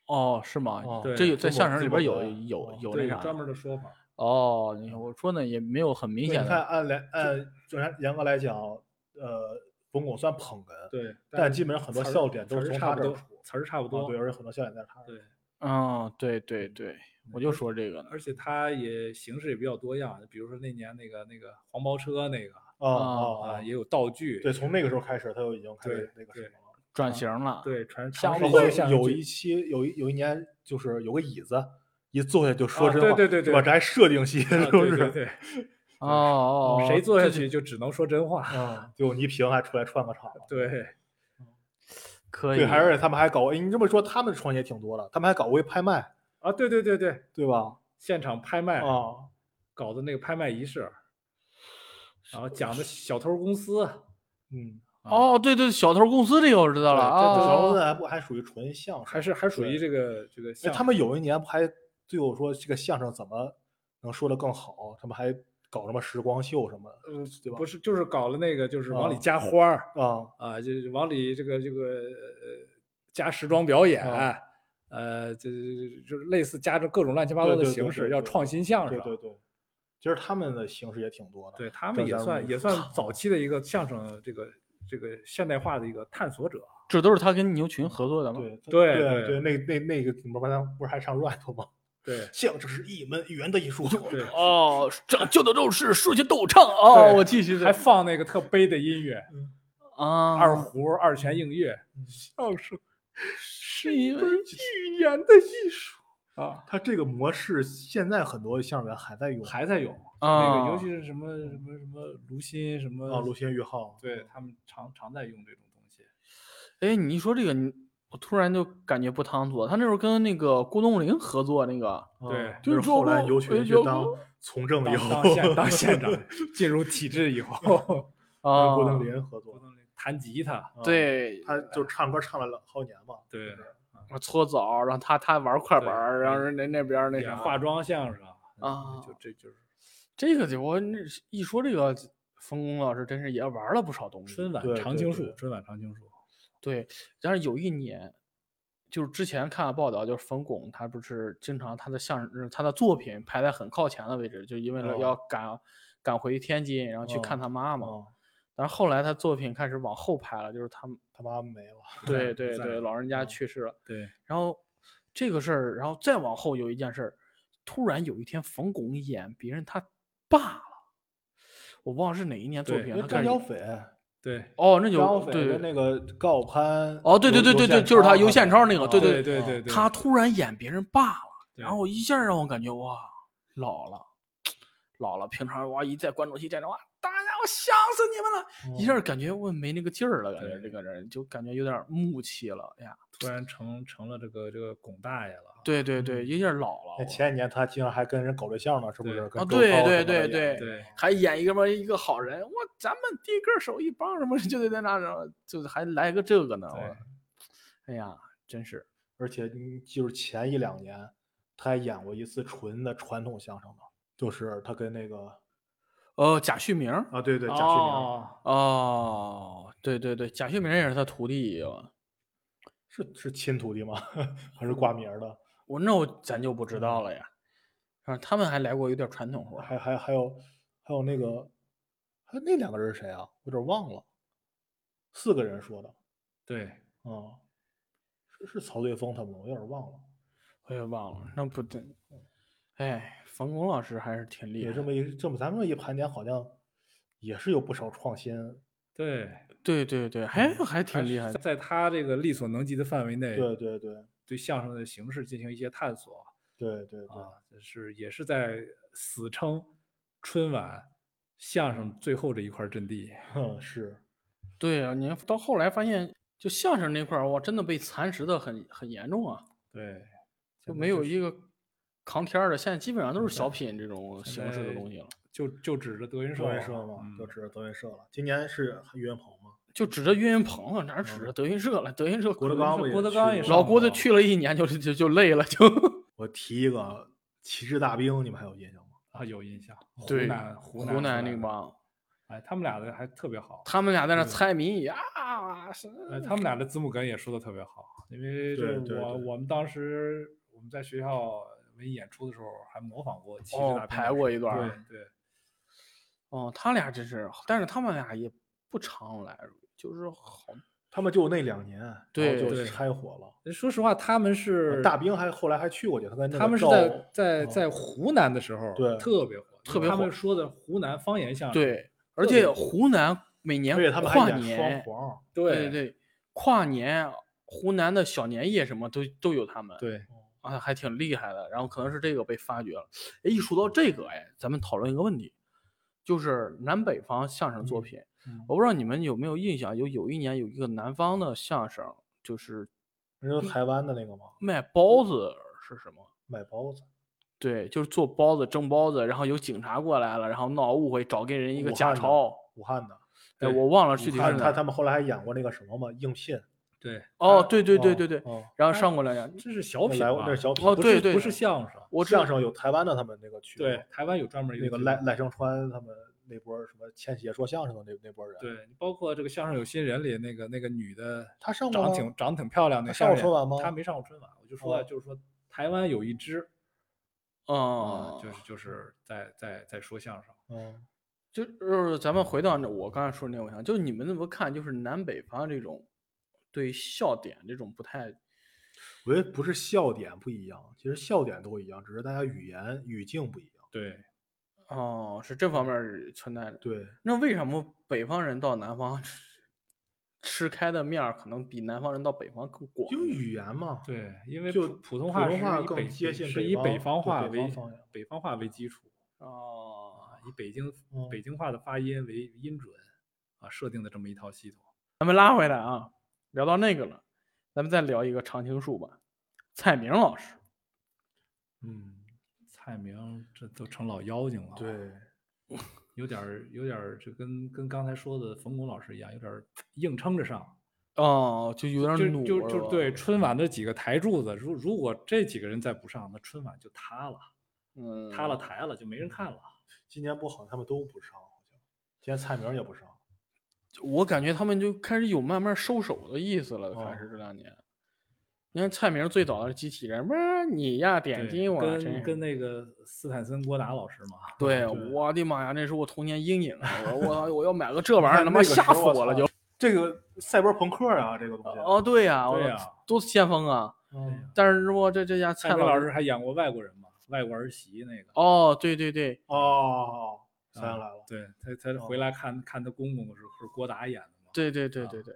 哦，是吗？
哦
这
对
有在
字母
相声
字
里
母
边有
哏
有
哦
有
对
那啥
专门的说法。
哦，你看我说呢也没有很明
对
显
你看
的
按来按就严严格来讲，呃，冯巩算捧哏，
对，
但
是
基本上很多
词儿
笑点都
词
是
儿
从
差
他
不
这儿
多
出，
词儿差不
啊
多。
对，而且很多笑点在他这儿。
对，
嗯，对对对，我就说这个呢
而且他也形式也比较多样，比如说那年那个那个黄包车那个
哦
啊
哦
啊，
哦
也有道具。
对，从那个时候开始，他就已经开
对
始那个什
对
么了。
转型了，
对传
下
然
尝试
回
一
后
些相声
有
剧
一期有一有一年，就是有个椅子，一坐下就说
啊
真
对
话，
对对
是
对
吧？这还设定戏，
啊
是不
对对
是？
对，
哦哦，哦
谁坐下
这
去就只能说真话。
嗯，就倪萍还出来串个场了。
对，
可以
对，还是他们还搞过，哎，你这么说，他们创业挺多的，他们还搞过一拍卖，
啊，对对对对，
对吧？
现场拍卖
啊，
搞的那个拍卖仪式，然后讲的小偷公司，
嗯，
哦，对对，小偷公司这个我知道了
对
这
这都
小
啊
子，还不还属于纯相
还
声？
是还属
对
于这个这个
哎，
相声。
他们有一年不还最后说这个相声怎么能说的更好？他们还搞什么时光秀什么的，
呃
对吧
不是，就是搞了那个，就是往里
啊
加花儿
啊，
啊，就是往里这个这个呃加时装表演，
啊
呃，这这就是类似加着各种乱七八糟
对
的
对对
形
对
式，要
对
创新相声
对。对对，其实他们的形式也挺多的。
对他
这
们也
咱
算
们
也算早期的一个相声这个这个现代化的一个探索者。
这都是他跟牛群合作的吗？
对他
对对
对对，那那那个怎么办？他不是还唱 rap 吗？
对
相声是一门语言的艺术。
对，
哦，讲究的就是说学逗唱哦，
对
我继续的
还放那个特悲的音乐，
啊，
二胡、二泉映月，
嗯
相声
是因为
语言的艺术啊，
他这个模式现在很多相声演员还在用，
还在有那
啊
个，尤其是什么什么什么卢鑫什么
啊，陆鑫、俞浩，
对他们常常在用这种东西。
哎，你一说这个，你我突然就感觉不唐突了。他那时候跟那个郭冬临合作那个，
啊
对
就是
就是
后来
说
尤
哎
群去
有
当
过
从政
呃当
以后，
当县 当县长进入体制以后，
跟
啊，
呃郭冬临合
不
作，
能弹吉他，
啊，
对，
他就唱歌唱了好几年嘛，
对，
搓澡，然后他他玩快
对
板儿，然后人家那边儿那
演
啥
化妆相声
啊
就这就是
这个就我那一说这个，冯巩老师真是也玩了不少东西。
春晚
对
常
对
青
对
树，春晚常青树
对，但是有一年，就是之前看了报道，就是冯巩他不是经常他的相声他的作品排在很靠前的位置，就因为了
哦
要赶、赶回天津，然后去看
哦
他
啊
妈妈。
哦
但是后来他作品开始往后排了，就是他们
他妈没了，
对
不
对
在
对
了
老人家
嗯
去世了。
对，
然后这个事儿，然后再往后有一件事儿，突然有一天冯巩演别人他爸了，我忘了是哪一年作
对
品
因
了，
为
他
张
开始
小
演
斐，
对，
哦，那
张
就
小斐
对
跟那个高晓攀，
哦对对对
尤
对
尤
对
宪
就是他
超
尤宪超那个
啊
对
对
对
对
啊
对对，
他突然演别人爸了，
对
然后一下让我感觉哇，老了，老了。平常哇一在观众席站着哇，大家我想死你们了，
哦
一下感觉我没那个劲儿了，感觉
对
这个人就感觉有点木气了哎呀。
突然成成了这个这个巩大爷了啊。
对对对，一下老了
嗯那
我。
前几年他竟然还跟人搞对象呢，是不
对
是？跟
啊
周
对
涛什
对
么的
对
也
对
对
还演一个什么一个好人，我咱们第一个手一帮什么就得在那什么， 就是还来个这个呢，
对
我，哎呀，真是
而且你就是前一两年，他还演过一次纯的传统相声的，就是他跟那个
呃贾旭明
啊，对对，
对
贾旭明
哦
哦，对对对，贾旭明也是他徒弟啊
是是亲徒弟吗？ 还是挂名儿的？
我那我咱就不知道了呀。啊，他们还来过有点传统活儿，
还还还有还有那个，还有那两个人是谁啊？我有点忘了。四个人说的，
对，
嗯，是是曹队峰他们吗，我有点忘了。
我也忘了，那不对。哎，冯巩老师还是挺厉
也
害
这
的。
么一这么咱们一盘点，好像也是有不少创新。
对，
对对对，还还挺厉害的。
在他这个力所能及的范围内，
对对对
对相声的形式进行一些探索
对对对，
啊，这是也是在死撑春晚相声最后这一块阵地。
哼，嗯 是
对啊，你到后来发现，就相声那块儿，哇，真的被蚕食的很很严重啊，
对，
就
现
没
在
有
是
一个扛天儿的。现在基本上都是小品这种
现
形式的
在
东西了，
就就指着德云社
德
了，
云社嘛，
嗯
就指着德云社了。今年是岳云鹏吗？
就指着岳云鹏啊，哪儿指
嗯
着德云社了？德云社
郭
可
德
能
纲
是
不也
郭德
去
纲
过
也
吗
是
老郭就去了一年就就就累了，就
我提一个，旗帜大兵，你们还有印象吗？
啊有印象。湖
对
南湖
湖南那
的
帮。
哎，他们俩的还特别好。
他们俩在
嗯
那猜谜语啊，是
呃，他们俩的字幕梗也说的特别好，因为
对
这
对
我
对
我们当时我们在学校文艺演出的时候还模仿过旗帜
哦
大兵
排
老师
过一段儿
对对
哦，他俩真是，但是他们俩也不常来，就是好
他们就那两年，然后
对
就
对
拆伙了。
呃，说实话，他们是
哦大兵还后来还去过去，他跟那
他
个
们是
赵
在在
嗯
在湖南的时候
对
特别火，
特
就是
别
他
火
们说的湖南方言相声，
对，而
特别
且湖南每年
而且他们
跨
还演双
年，
簧，
对
对
对，跨年湖南的小年夜什么都都有他们，
对
啊，还挺厉害的。然后可能是这个被发掘了。哎，一说到这个，哎，咱们讨论一个问题，就是南北方相声作
嗯
品。
嗯
我不知道你们有没有印象，有有一年有一个南方的相声，就是
人家台湾的那个嘛，
卖包子是什么？
卖包子，
对，就是做包子蒸包子，然后有警察过来了，然后闹误会，找给人一个
武
假
汉的
钞。
武汉的。
哎，
对
我忘了具体
他
是
他
哪
他们后来还演过那个什么嘛，应聘。
对，
哦，
他
对对对对对，
嗯嗯
然后上过来两，
这是小
那
品
来过
吧
那是小品
哦
不
对
是
对
不是相声，
我知
相声有台湾的他们那个去过，
对，台湾有专门一
那个
俱乐
赖
部
赖声川他们那波儿什么千禧爷说相声的那那波儿人，，
对，包括这个相声有新人里那个那个女的
他上过
长
吗
挺长挺漂亮的
她
相
上
声
过
演，
春晚吗
她没上过春晚，我就说啊
哦
就是说台湾有一支
嗯
哦
哦
啊，，就是就是在在在说相声，
嗯，
就是咱们回到那我刚才说的那个问题上，就是你们怎么看？就是南北方这种对笑点这种不太
我觉得不是笑点不一样，其实笑点都一样，只是大家语言语境不一样。
对，
哦，是这方面儿存在的。
对，
那为什么北方人到南方吃吃开的面儿可能比南方人到北方更广
因
一
为
点？
语言嘛，
对，因为
就
普普通
普
话
通
是
话
以
更
北
接
北
近
是
北
以北
方对北
方话
方
为
方言
北方话为基础
哦，
啊，以北京
嗯
北京话的发音为音准啊设定的这么一套系统。
咱们拉回来啊，聊到那个了，咱们再聊一个常青树吧，蔡明老师。
嗯，
蔡明这都成老妖精了，，啊
对，
有点儿有点儿，这跟跟刚才说的冯巩老师一样，有点儿硬撑着上。
哦，就有点儿啊
就
努
就
是
就
吧
对，春晚的几个台柱子，如如果这几个人再不上，那春晚就塌了，
嗯，
塌了台了，就没人看了。
今年不好，他们都不上，好像今年蔡明儿也不上，
我感觉他们就开始有慢慢收手的意思了，
哦
开始这两年。你看蔡明最早的是机器人，不是你呀，点
对
进我真
跟
是
跟那个斯坦森郭达老师嘛，
对，
对
我的妈呀，那是我童年阴影啊！我我我要买个这玩意儿，
那
他
那
妈
个
吓
时
死
候
我了
操
就。
这个赛博朋克啊，这个东西，
哦，对呀、我
对呀
都先锋啊！
嗯，
但是我这这家蔡
蔡明老
师，
师还演过外国人嘛，外国儿媳那个。
哦，对对对，
哦，想起
啊
来了，
对他，他
哦
回来看看他公公的时候，是郭达演的嘛？
对对对
啊
对对，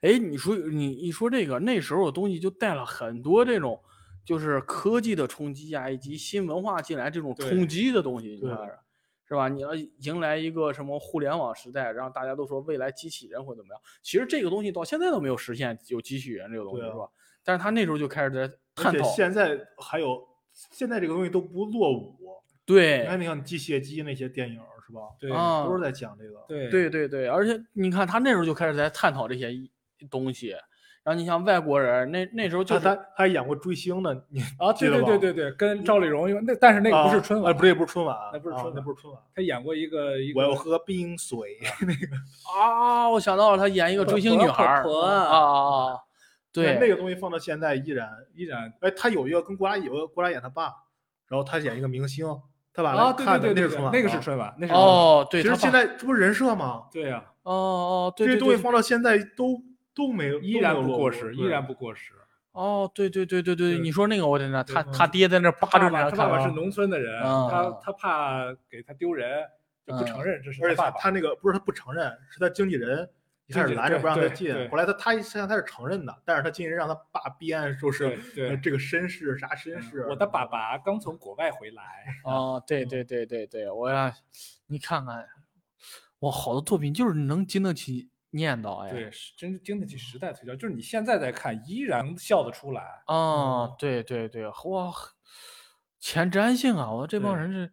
哎，你说你一说这个，那时候的东西就带了很多这种，就是科技的冲击啊，以及新文化进来这种
对
冲击的东西，你
对
看着是吧？你要迎来一个什么互联网时代，然后大家都说未来机器人会怎么样？其实这个东西到现在都没有实现有机器人这个东西，
对啊
是吧？但是他那时候就开始在
而
探
且
讨，
现在还有现在这个东西都不落伍，你
对
看，你像机械姬那些电影儿是吧？
对
啊，
都是在讲这个，
嗯对
对对对，而且你看他那时候就开始在探讨这些一东西，然后你像外国人那那时候
他
就是
他他还演过追星呢，你
啊，
记
对
得
对
吧
对对对，跟赵丽蓉有那，但是那个不是春晚，
啊，不是，不是春晚，
那不是
啊
春
那
晚
不是春晚。
他演过一个一
我
个
要喝冰水，
啊，我想到了，他演一个追星女孩儿
婆婆
啊啊啊，对，
那个东西放到现在依然，
依然
哎，他有一个跟郭达有一个郭达演他爸，然后他演一个明星，他把
啊，
那
对
看
对
的
对
是
对
春，晚，
那个是，春晚，那是春晚，
哦，对，
其实
他
现
爸
在这不是人设吗？
对呀，
哦哦，对
这
对
些东西
对，
放到现在都都没有，
依
都没
然
有
不
落
过
伍
时，依
对
然不过时。
哦，对对对对对，
对
你说那个我在那，
对
他
嗯
他爹在那扒
他
着你
爸
那
爸他
看
爸爸
啊
是农村的人，
啊
他他怕给他丢人，就不承认这是
啊而且他
爸爸。
他那个不是他不承认，是他经纪人一
经
开始
纪人
拦着
对
不让他
对
进
对，
后来他他实际上他是承认的，但是他经纪人让他爸编说
对
是呃
对，
这个绅士啥啊绅士，
我的爸爸刚从国外回来，
哦，对对对对对，我呀，你看看，哇，好多作品就是能经得起念叨哎，
对，是真经得起时代推敲，就是你现在再看依然能笑得出来。
啊，对对对，哇，前瞻性啊！我这帮
对
人是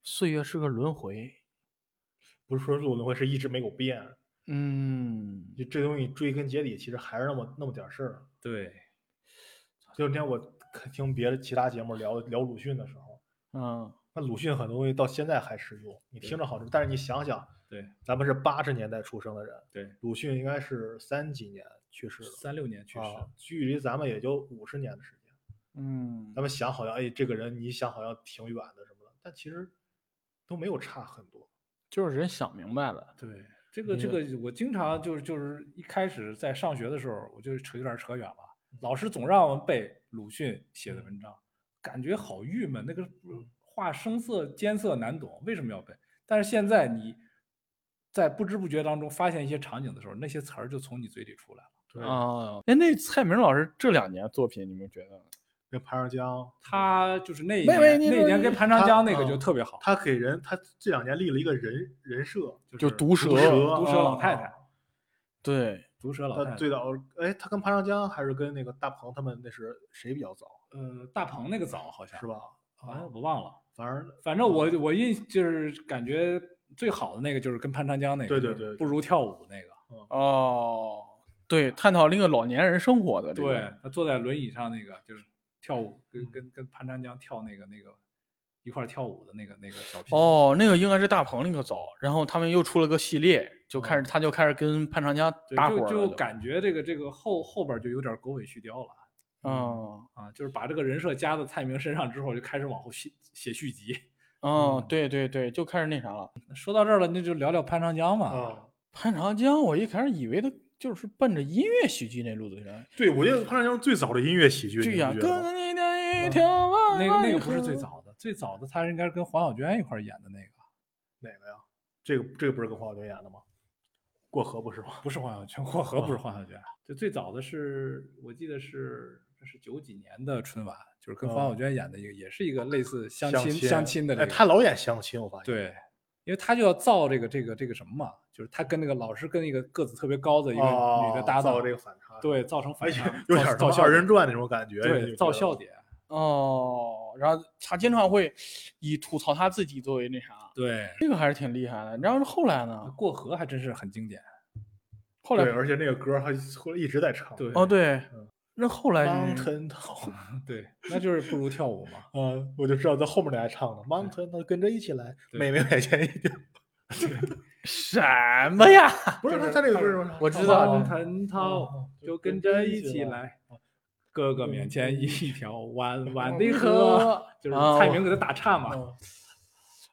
岁月是个轮回，
不是说陆轮回是一直没有变，
嗯，
就这东西追根结底，其实还是那么那么点儿事儿。
对，
就那天我看听别的其他节目聊聊鲁迅的时候，
嗯，
那鲁迅很多东西到现在还适用，你听着好吃，但是你想想，
对
咱们是八十年代出生的人，
对，
鲁迅应该是三几年去世的，
三六年去世，
啊，距离咱们也就五十年的时间。
嗯
咱，们想好像，哎，这个人你想好像挺远的什么的，但其实都没有差很多。
就是人想明白了，
对，这个这个，我经常就是就是一开始在上学的时候，我就扯有点扯远了。
嗯
老师总让我们背鲁迅写的文章，感觉好郁闷。那个
嗯
话生涩艰涩难懂，为什么要背？但是现在你在不知不觉当中发现一些场景的时候，那些词儿就从你嘴里出来了。
对，
啊，哎，那蔡明老师这两年作品，你们觉得呢？
那潘长江，
他就是那一
喂喂
年，
你
那一
说
年
你
跟潘长
他
江那个
嗯
就特别好，
他给人他这两年立了一个人人设，
就是毒
毒
蛇
蛇
毒蛇老太太
啊，
对，
毒蛇老太
他
太。
最早，哎，他跟潘长江还是跟那个大鹏他们那是谁比较早，
呃，大鹏那个早好像
是吧？
好像我忘了。
反正
反正我我印就是感觉最好的那个就是跟潘长江那个，
对对
就是
对
不如跳舞那个，
哦，对，探讨另一个老年人生活的这
对
个，
他坐在轮椅上那个就是跳舞，跟跟跟潘长江跳那个那个一块儿跳舞的那个那个小品，
哦，那个应该是大鹏那个早，然后他们又出了个系列，就开始他就开始跟潘长江
对，
搭伙
就
了
就感觉这个这个后后边就有点狗尾续貂了
嗯。
啊，就是把这个人设加到蔡明身上之后，就开始往后写写续集。
哦，对对对，就开始那啥了。
说到这儿了，那就聊聊潘长江嘛。
啊，
潘长江，我一开始以为他就是奔着音乐喜剧那路子去的，
对，我觉得潘长江是最早的音乐喜剧，
对
你
呀，
不觉得吗？
跟你的一条弯
那个那个不是
弯
最
河，
早的，最早的他应该是跟黄小娟一块儿演的那个，
哪个呀？这个这个不是跟黄晓明演的吗？过河不是吗？
不是黄小娟，过河不是黄小娟，哦就最早的是我记得是这是九几年的春晚，就是跟黄
嗯
小娟演的一个，也是一个类似相
相
亲相亲的这
哎，
个，
他老演相亲，我发现。
对，因为他就要造这个这个这个什么嘛，就是他跟那个老是跟一个个子特别高的一个
哦，
女的搭档，
造这个反差，，
对造成
而
反
且
差，
有
啊造
点儿他
造
妈
笑
二
点
人转那种感觉，你
对
就觉
造
得
笑点，
哦，然后他经常会以吐槽他自己作为那啥，
对，
这个还是挺厉害的。然后后来呢？
过河还真是很经典，
后
对，
来
而且那个歌儿他后来一直在唱，
对
哦对
嗯，
那后来就是
，Mountain Top，，
对，那就是不如跳舞嘛
啊， 我就知道在后面那还唱了 Mountain，他跟着一起来，
对
妹妹往前一点，
什么呀？
不是
就
他
是
他这个
看
不是
着
什么
我
唱
知道
吧
了
藤
哦
条就跟
跟
着
着
一
一
起
起
来，哥哥面前一条弯弯的河，
和
就是
啊
蔡
我
明给他打岔嘛。
嗯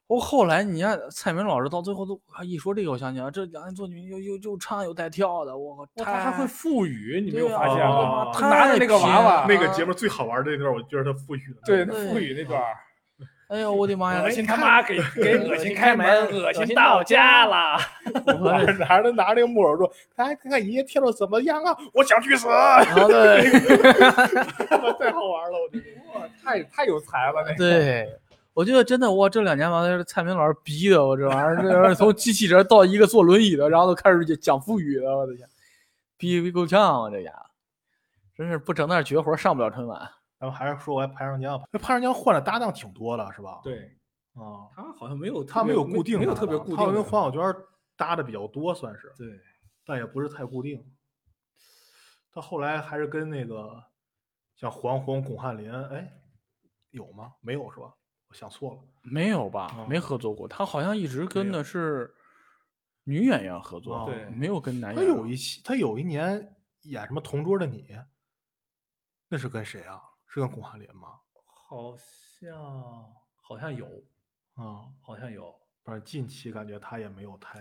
我后来你看蔡明老师到最后都啊一说这个，我想起来这两人作曲又又又唱又带跳的，我靠，
哇他还
太
会赋语，你没
对
有
啊
发现
哦
吗？
哦哦
他拿着那个娃娃，
那个节目最好玩的那段，我觉得他赋予了
啊对
那个
赋语那段儿，
哎呦我的妈呀！
恶心他妈给给恶心开门，恶
恶
心
心
到
到
家
家
了。
啊
拿着拿着拿着木耳说，哎，看看爷爷跳的怎么样啊？我想去死，啊
然后对
太好玩了，我觉得。
哇，太太有才了，那个
对，我觉得真的哇，这两年完了，蔡明老师逼的我这玩意儿，这从机器人到一个坐轮椅的，然后都开始讲腹语了，我的天，逼逼够呛啊，这家真是不整点绝活上不了春晚。
咱们还是说回潘长江吧，那潘长江换的搭档挺多的，是吧？
对，
啊，
他好像没有特
他没
别
有固定的搭档，
没有特别固
他
定
跟
的。
黄小娟儿搭的比较多，算是，
对，
但也不是太固定。他后来还是跟那个像黄宏、巩汉林，哎，有吗？没有是吧？我想错了。
没有吧？
哦
没合作过。他好像一直跟
没有
的是女演员合作，啊
哦
对
没有跟
哎
男
他
演员。
有一期，他有一年演什么《同桌的你》，那是跟谁啊？是跟巩汉林吗？
好像好像有，
啊、
好像有，
反正近期感觉他也没有太……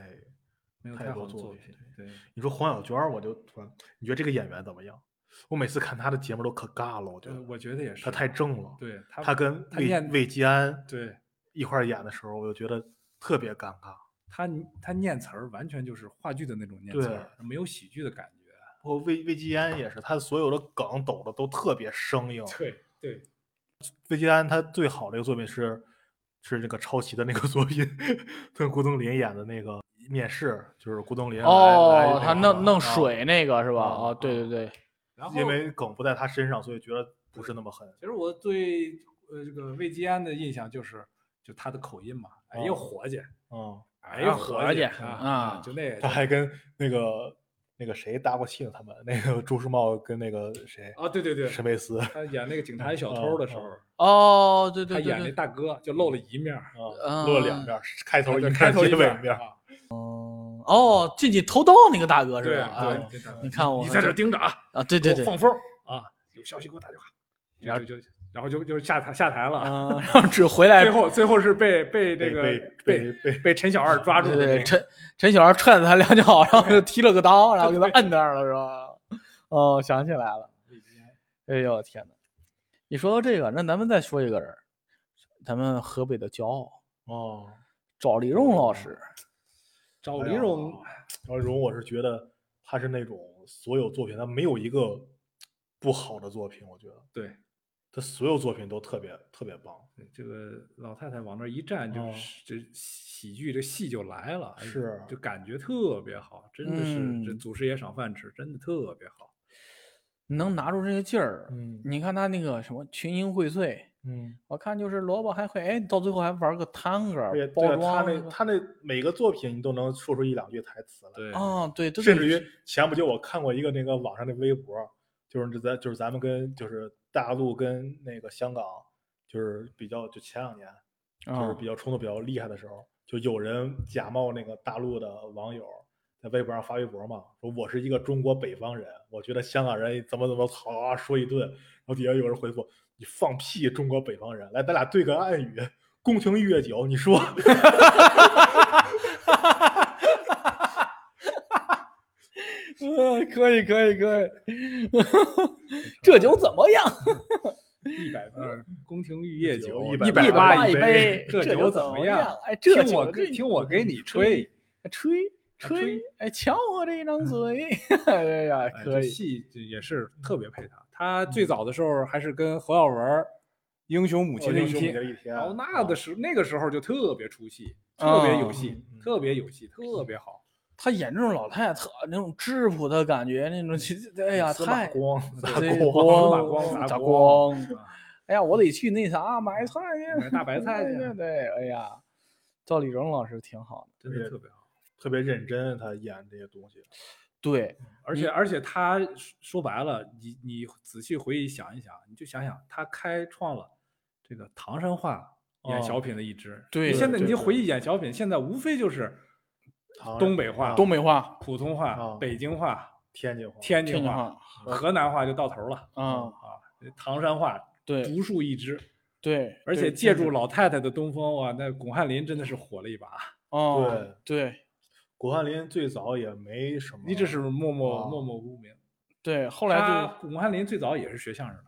没有
太
太
多
好的
作
作
品
品。对，
你说黄小娟儿，我就突然，你觉得这个演员怎么样？我每次看他的节目都可尬了，我觉
对，
得
呃我觉得也是。
他太正了。
对他，
他跟
他
魏
念
魏吉安
对
一块儿演的时候，我就觉得特别尴尬。
他他念词儿完全就是话剧的那种念词儿，没有喜剧的感觉。啊
包括魏魏吉安也是，他所有的梗抖的都特别生硬。
对对，
魏吉安他最好的一个作品是是那个抄袭的那个作品，跟郭冬临演的那个面试，就是郭冬临来来
哦，
个
他
嘛
弄弄
啊
水那个是吧？
啊
哦，对对对，
然后
因为梗不在他身上，所以觉得不是那么狠。
其实我对呃这个魏吉安的印象就是，就他的口音嘛，哎呦
哦
伙计，
嗯，
哎呦
哎
伙
伙
计
计
啊，
啊
就 那
他
个
还跟那个那个谁搭过戏呢？他们那个朱时茂跟那个谁
啊，对对对，
沈佩斯啊
他演那个警察与小偷的时候，
哦，对
他
对对
演那
对，
大哥就露了一面 儿，
落了两
嗯
面儿，开头一面
开
儿，
头
结
一
尾
面
一面
儿
儿。
啊，
嗯哦，进去偷盗那个大哥
对
是吧？
啊
啊，
对，
你看我
你在这儿盯着啊，
啊，对对
给我
对，
放风儿啊，有消息给我打电话，
然
然后
后
就就然后就就下台下台了啊，
嗯，然后只回来
最，后最后是被被这
被
个
被被
被陈小二抓住
对
的那
对，
个，
陈陈小二踹了他两脚，然后就踢了个裆，然后给他摁那儿了是吧？哦，想起来了。哎呦天呐，你说到这个，那咱们再说一个人儿，咱们河北的骄傲
哦，
赵丽蓉老师。
赵
哎
丽
呀
蓉，
赵丽蓉，我是觉得她是那种所有作品，她没有一个不好的作品，我觉得
对
她所有作品都特别特别棒。
对这个老太太往那儿一站，就
哦
是这喜剧这戏就来了，哎
是
就感觉特别好，真的是这
嗯
祖师爷赏饭吃，真的特别好。
能拿出这些劲儿，
嗯
你看他那个什么群英荟萃，
嗯，
我看就是萝卜还会，哎，到最后还玩个探戈
而且对
包
啊她
装那
那
个，
她那每个作品，你都能说出一两句台词来。
对，
啊，对，对
甚至
对
于前不久我看过一个那个网上的微博，就是这咱就是咱们跟就是大陆跟那个香港，就是比较就前两年就是
啊
比较冲突比较厉害的时候，就有人假冒那个大陆的网友在微博上发微博嘛，说我是一个中国北方人，我觉得香港人怎么怎么好啊说一顿，然后底下有人回复你放屁，中国北方人，来咱俩对个暗语，宫廷月酒，你说
嗯， 可以可以可以， 这酒怎么样？
一百分，宫廷玉液酒
酒
一
100
百
八
八
一
一
杯
杯，
这
这
酒
怎
怎么样
样？哎，这
听
酒
我
给
给听我给你吹，
吹
吹
吹，哎，瞧我这张嘴， 哎呀，
哎
可
这
以。
戏就也是特别配他。他最早的时候还是跟侯耀文儿《英雄母亲的
哦英
一
雄
天
的》，一天，啊
然后那的
是
时那个时候就特别出戏，特别有
啊
戏
嗯，嗯
特别有戏，特别好。
他演这种老太太，特那种质朴的感觉，那种其实哎呀，
司马
太
光，
对
司马
司马光
光
砸
砸
光
光。 哎呀，我得去那啥买菜去，
买大白菜去
对对 对，哎呀，赵丽蓉老师挺好的。
真的特别好。
特别认真，他演这些东西，
对，
而且而且他说说白了，你你仔细回忆想一想，你就想想他开创了这个唐山话演
哦
小品的一支。
对
你现在
对
你就
对
回忆演小品，现在无非就是
唐人
东北话、
啊
东
东
东北话、啊
普通话、
啊
北京话、
天津话，
天
天
津
津
话、
话，
河南话就到头了。
嗯
啊，唐山话
对
独树一帜，
对，
而且
对
借
真
助
是
老太太的东风，哇，那巩汉林真的是火了一把。
哦，对
巩汉林最早也没什么，
一直是默默
哦
默默无名。
对，后来
他
就
巩汉林最早也是学相声的，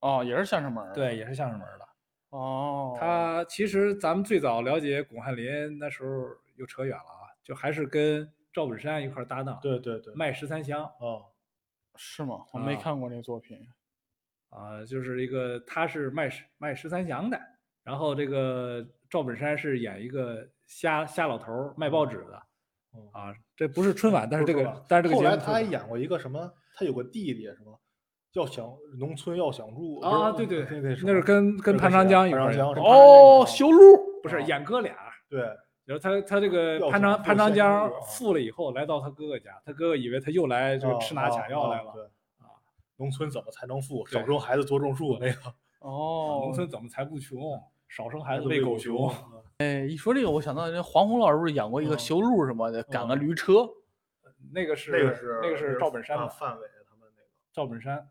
哦也是相声门儿，
对，也是相声门儿的。
哦，
他其实咱们最早了解巩汉林那时候又扯远了啊，就还是跟赵本山一块儿搭档，，
对对对，
卖十三香
哦，
是吗？我没
啊
看过那作品，
啊、就是一个他是卖十卖十三香的，然后这个赵本山是演一个瞎瞎老头儿卖报纸的
嗯
啊，这不是春晚，但是这
不是
个
吧
但是这个
后
节
来
目
他还
特别
演过一个什么，他有个弟弟什么，要想农村要想住不是
啊，对对，
那那
那是跟跟
那
潘
谁啊
长江一
潘
块儿
长
演
江
的，
是吧
哦，
他是
修路，
不是演哥俩，
对，
然后他他这个
要
潘
想
长
做
潘长
先
江
知啊
富了以后，来到他哥哥家，他哥哥以为他又来就
哦
吃拿抢要来
哦。
了
哦对，农村怎么才能富？少
对
种孩子多种树那个，
哦，
农村怎么才不穷？少生孩子
喂
喂狗
熊
熊。
啊。
哎， 一说这个，我想到那黄宏老师不是演过一个
嗯
修路什么的，赶个
嗯
驴车，
那个是
那个是
那个是赵本山
啊
嘛？
范伟他们那个
赵本山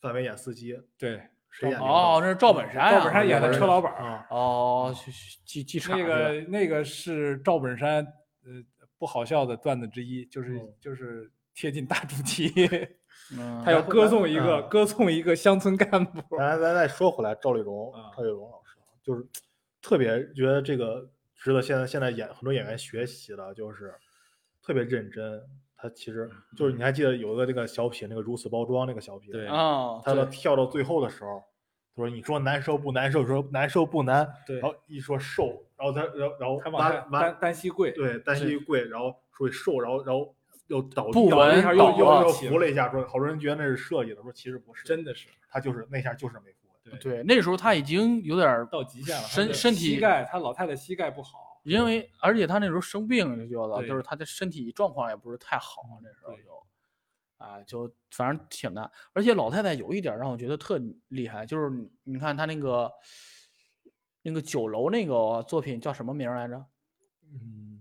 范伟演司机，
对，
谁演领导？
哦，那是赵本山啊，
嗯赵本山演的车老板儿。
啊，
哦，去去记记岔
那
去了
个那个是赵本山呃不好笑的段子之一，就是
嗯
就是贴近大主题，
嗯
他要
后
歌
来
颂一个
嗯
歌颂一个乡村干部。
咱咱再说回来，赵丽蓉
啊，
赵丽蓉老师就是特别觉得这个值得现在现在演很多演员学习的，就是特别认真。他其实
嗯
就是你还记得有一个这个小品，那个如此包装那个小品，
对
啊，
他到
对
跳到最后的时候，他说：“你说难受不难受？说难受不难。”
对
然后一说瘦，然后他，然后然后
他往下
完
单
完，
单膝跪，
对，单膝
是
一跪，然后说瘦，然后然后又倒地
不
倒
闻
了一下又
倒
又
了
又扶了一下，说好多人觉得那是设计的，说其实不是，
真的是
他就是那下就是没扶。
对
对，那时候他已经有点儿
到极限了。他
身
的
身
膝
体
盖，他老太太膝盖不好，
因为而且他那时候生病就觉得，
嗯对
就是他的身体状况也不是太好，那时候
对
就，啊，就反正挺难。而且老太太有一点让我觉得特厉害，就是你你看她那个那个酒楼那个作品叫什么名儿来着？
嗯，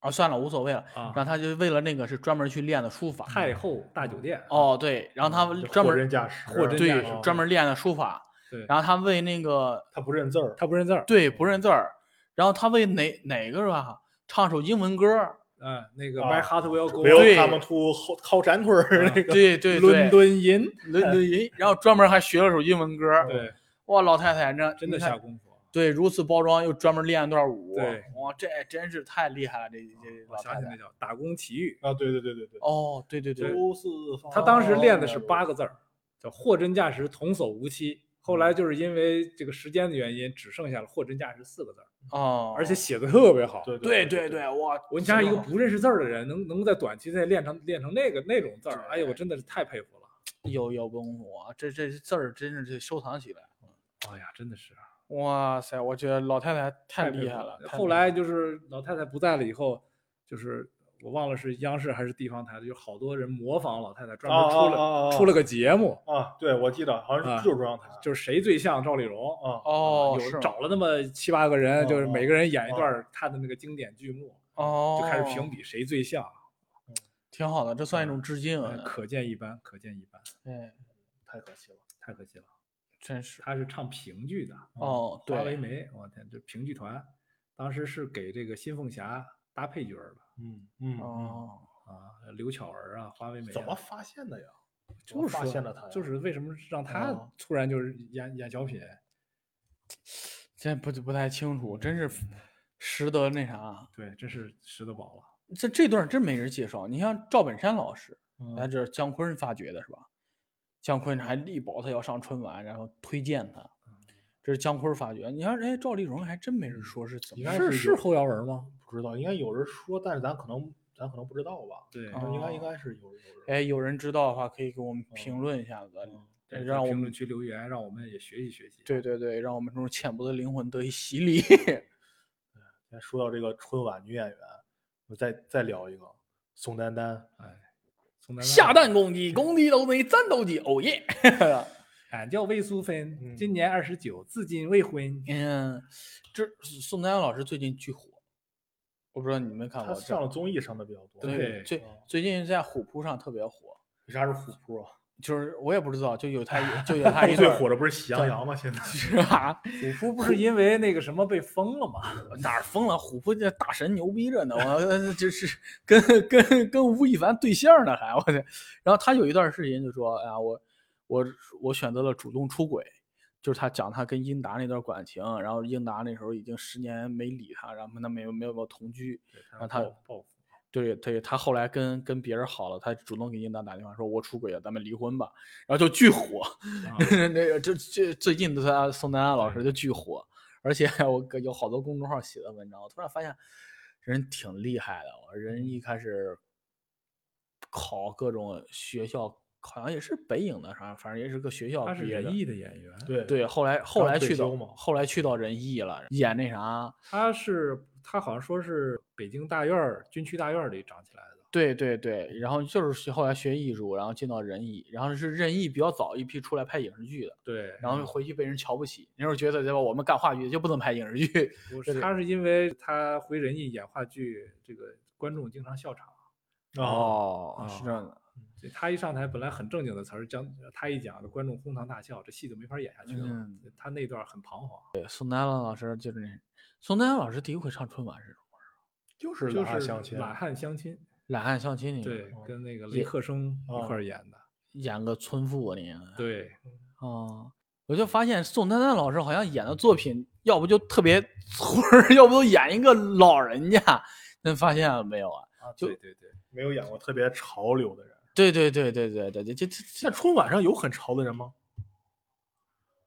啊，算了，无所谓了。
啊
然后她就为了那个是专门去练的书法。
太嗯后大酒店，
哦，对，然后她
就
专
货
门
真价实，啊
货真
对
价
是
实
专门练的书法，
哦对，
然后她为那个
他不认字儿，
他不认字儿，
对不认字儿，然后她为哪哪个是吧唱首英文歌儿。
嗯，那个
啊
My Heart Will Go
没有
On，
对
他们吐后靠展腿儿
啊
那个。
对对对，
伦敦银，
伦敦音，然后专门还学了首英文歌儿。
对，
哇，老太太这
真的
你看
下功夫。
对，如此包装又专门练了段舞。
对，
哇，这真是太厉害了，这这
我
老
想
太
起那
太。
叫《打工奇遇
啊，对对对对对，
哦，对对对，
四方
哦
他当时练的是八个字儿，叫“货真价实，童叟无欺”。后来就是因为这个时间的原因，只剩下了“货真价实”四个字儿，
哦，
而且写的特别好。
对
对
对
对对，哇，
我你想想，一个
真好
不认识字儿的人，能能在短期内练成练成那个那种字儿，哎呦，我真的是太佩服了。
有有功夫啊，这这字儿真是得收藏起来。
哎呀，真的是
哇塞，我觉得老太太太
佩
厉
服
害了。太
后
厉害
来就是老太太不在了以后，就是我忘了是央视还是地方台的，有好多人模仿老太太，专门出
哦
了、
哦哦哦
出了个节目，
啊，对我记得好像
啊
是就是中央台，
就是谁最像赵丽蓉。
啊
哦，
有
是
找了那么七八个人，就是
哦
每个人演一
哦
段儿他的那个经典剧目，
哦，
就开始评，比谁最像，
哦
挺好的，这算一种致敬。
哎可见一斑，可见一斑，
哎，
太可惜了。
太可惜了。
真是
他是唱评剧的，
哦，
花嗯为
对，
媒，我天，这评剧团当时是给这个新凤霞搭配角儿的
嗯嗯，
哦。
啊，刘巧儿啊，花为媒、啊，
怎么发现的呀？怎
就
么
是
发
说
现了他呀，
就是为什么让他
哦
突然就是演演小品？
这不不太清楚，真是识得那啥。
对，真是拾得宝了。
这这段真没人介绍。你像赵本山老师，那
嗯
这是姜昆发掘的是吧？姜昆还力保他要上春晚，然后推荐他，
嗯
这是姜昆发掘。你看，哎，赵丽蓉还真没人说是怎
应
么
该
回
是
是是
有
侯耀文吗？
不知道，应该有人说，但是咱可能咱可能不知道吧。
对
可能应该应
哦
该是有有
事。
人。
哎，有人知道的话，可以给我们评论一下子。
嗯
对在
让我
评
们
论区留言，让我们也学习学习。
对对对，让我们这种浅薄的灵魂得以洗礼。
哎，说到这个春晚女演员，我再再聊一个宋丹丹，
哎，宋 丹丹
下蛋公鸡，公鸡都没战斗机，哦耶！
俺叫魏淑芬，
嗯
今年二十九，至今未婚。
嗯，这宋丹丹老师最近巨火，我不知道你没看
他
过这。
上了综艺上的比较多。
对，
对
最
啊
最近在虎扑上特别火，
为啥是虎扑啊？
就是我也不知道，就有他一就有他一
最
对
火的不是喜羊羊吗？现在
是吧？
虎扑不是因为那个什么被封了吗？
哪儿疯了？虎扑这大神牛逼着呢，我这是跟跟跟吴亦凡对象呢，还我这。然后他有一段视频就说：“哎呀，我我我选择了主动出轨。”就是他讲他跟英达那段感情，然后英达那时候已经十年没理他，然后他们有没有没有同居， 让他
报报复。
对对，他后来跟跟别人好了，他主动给英达打电话说：“我出轨了，咱们离婚吧。”然后就巨火，
啊
那个这这最近的他宋丹丹老师就巨火，而且我跟有好多公众号写的文章，我突然发现人挺厉害的。我人一开始考各种学校，好像也是北影的啥，反正也是个学校
他
毕
是
业哦的
仁。义的演员，
对
对，后来后
刚
来
退
去到
休嘛
后来去到仁义了，演那啥，
他是他好像说是北京大院儿军区大院儿里长起来的。
对对对，然后就是学后来学艺术，然后进到仁义，然后是仁义比较早一批出来拍影视剧的，
对，
然后回去被人瞧不起，那时候觉得对吧，我们干话剧就不能拍影视剧，
不
这
是
里
他是因为他回仁义演话剧，这个观众经常笑场。
啊，
哦，是这样的，
所以他一上台，本来很正经的词儿，讲他一讲，观众哄堂大笑，这戏就没法演下去了。
嗯
他那段很彷徨，
宋丹丹老师就是那，宋丹丹老师第一回上春晚是什么
就是
就
懒汉相
是
亲，
懒汉相亲，啊嗯哦
懒汉相亲》那
对
个，，
跟那个
也
雷克生一
哦
块儿演的。
演个村妇那个，
对，
哦，我就发现宋丹丹老师好像演的作品，要不就特别村儿， 要不就演一个老人家，恁发现了没有啊？
啊，
就
对对对，
没有演过特别潮流的人。
对对对对对对对，这这
现在春晚上有很潮的人吗？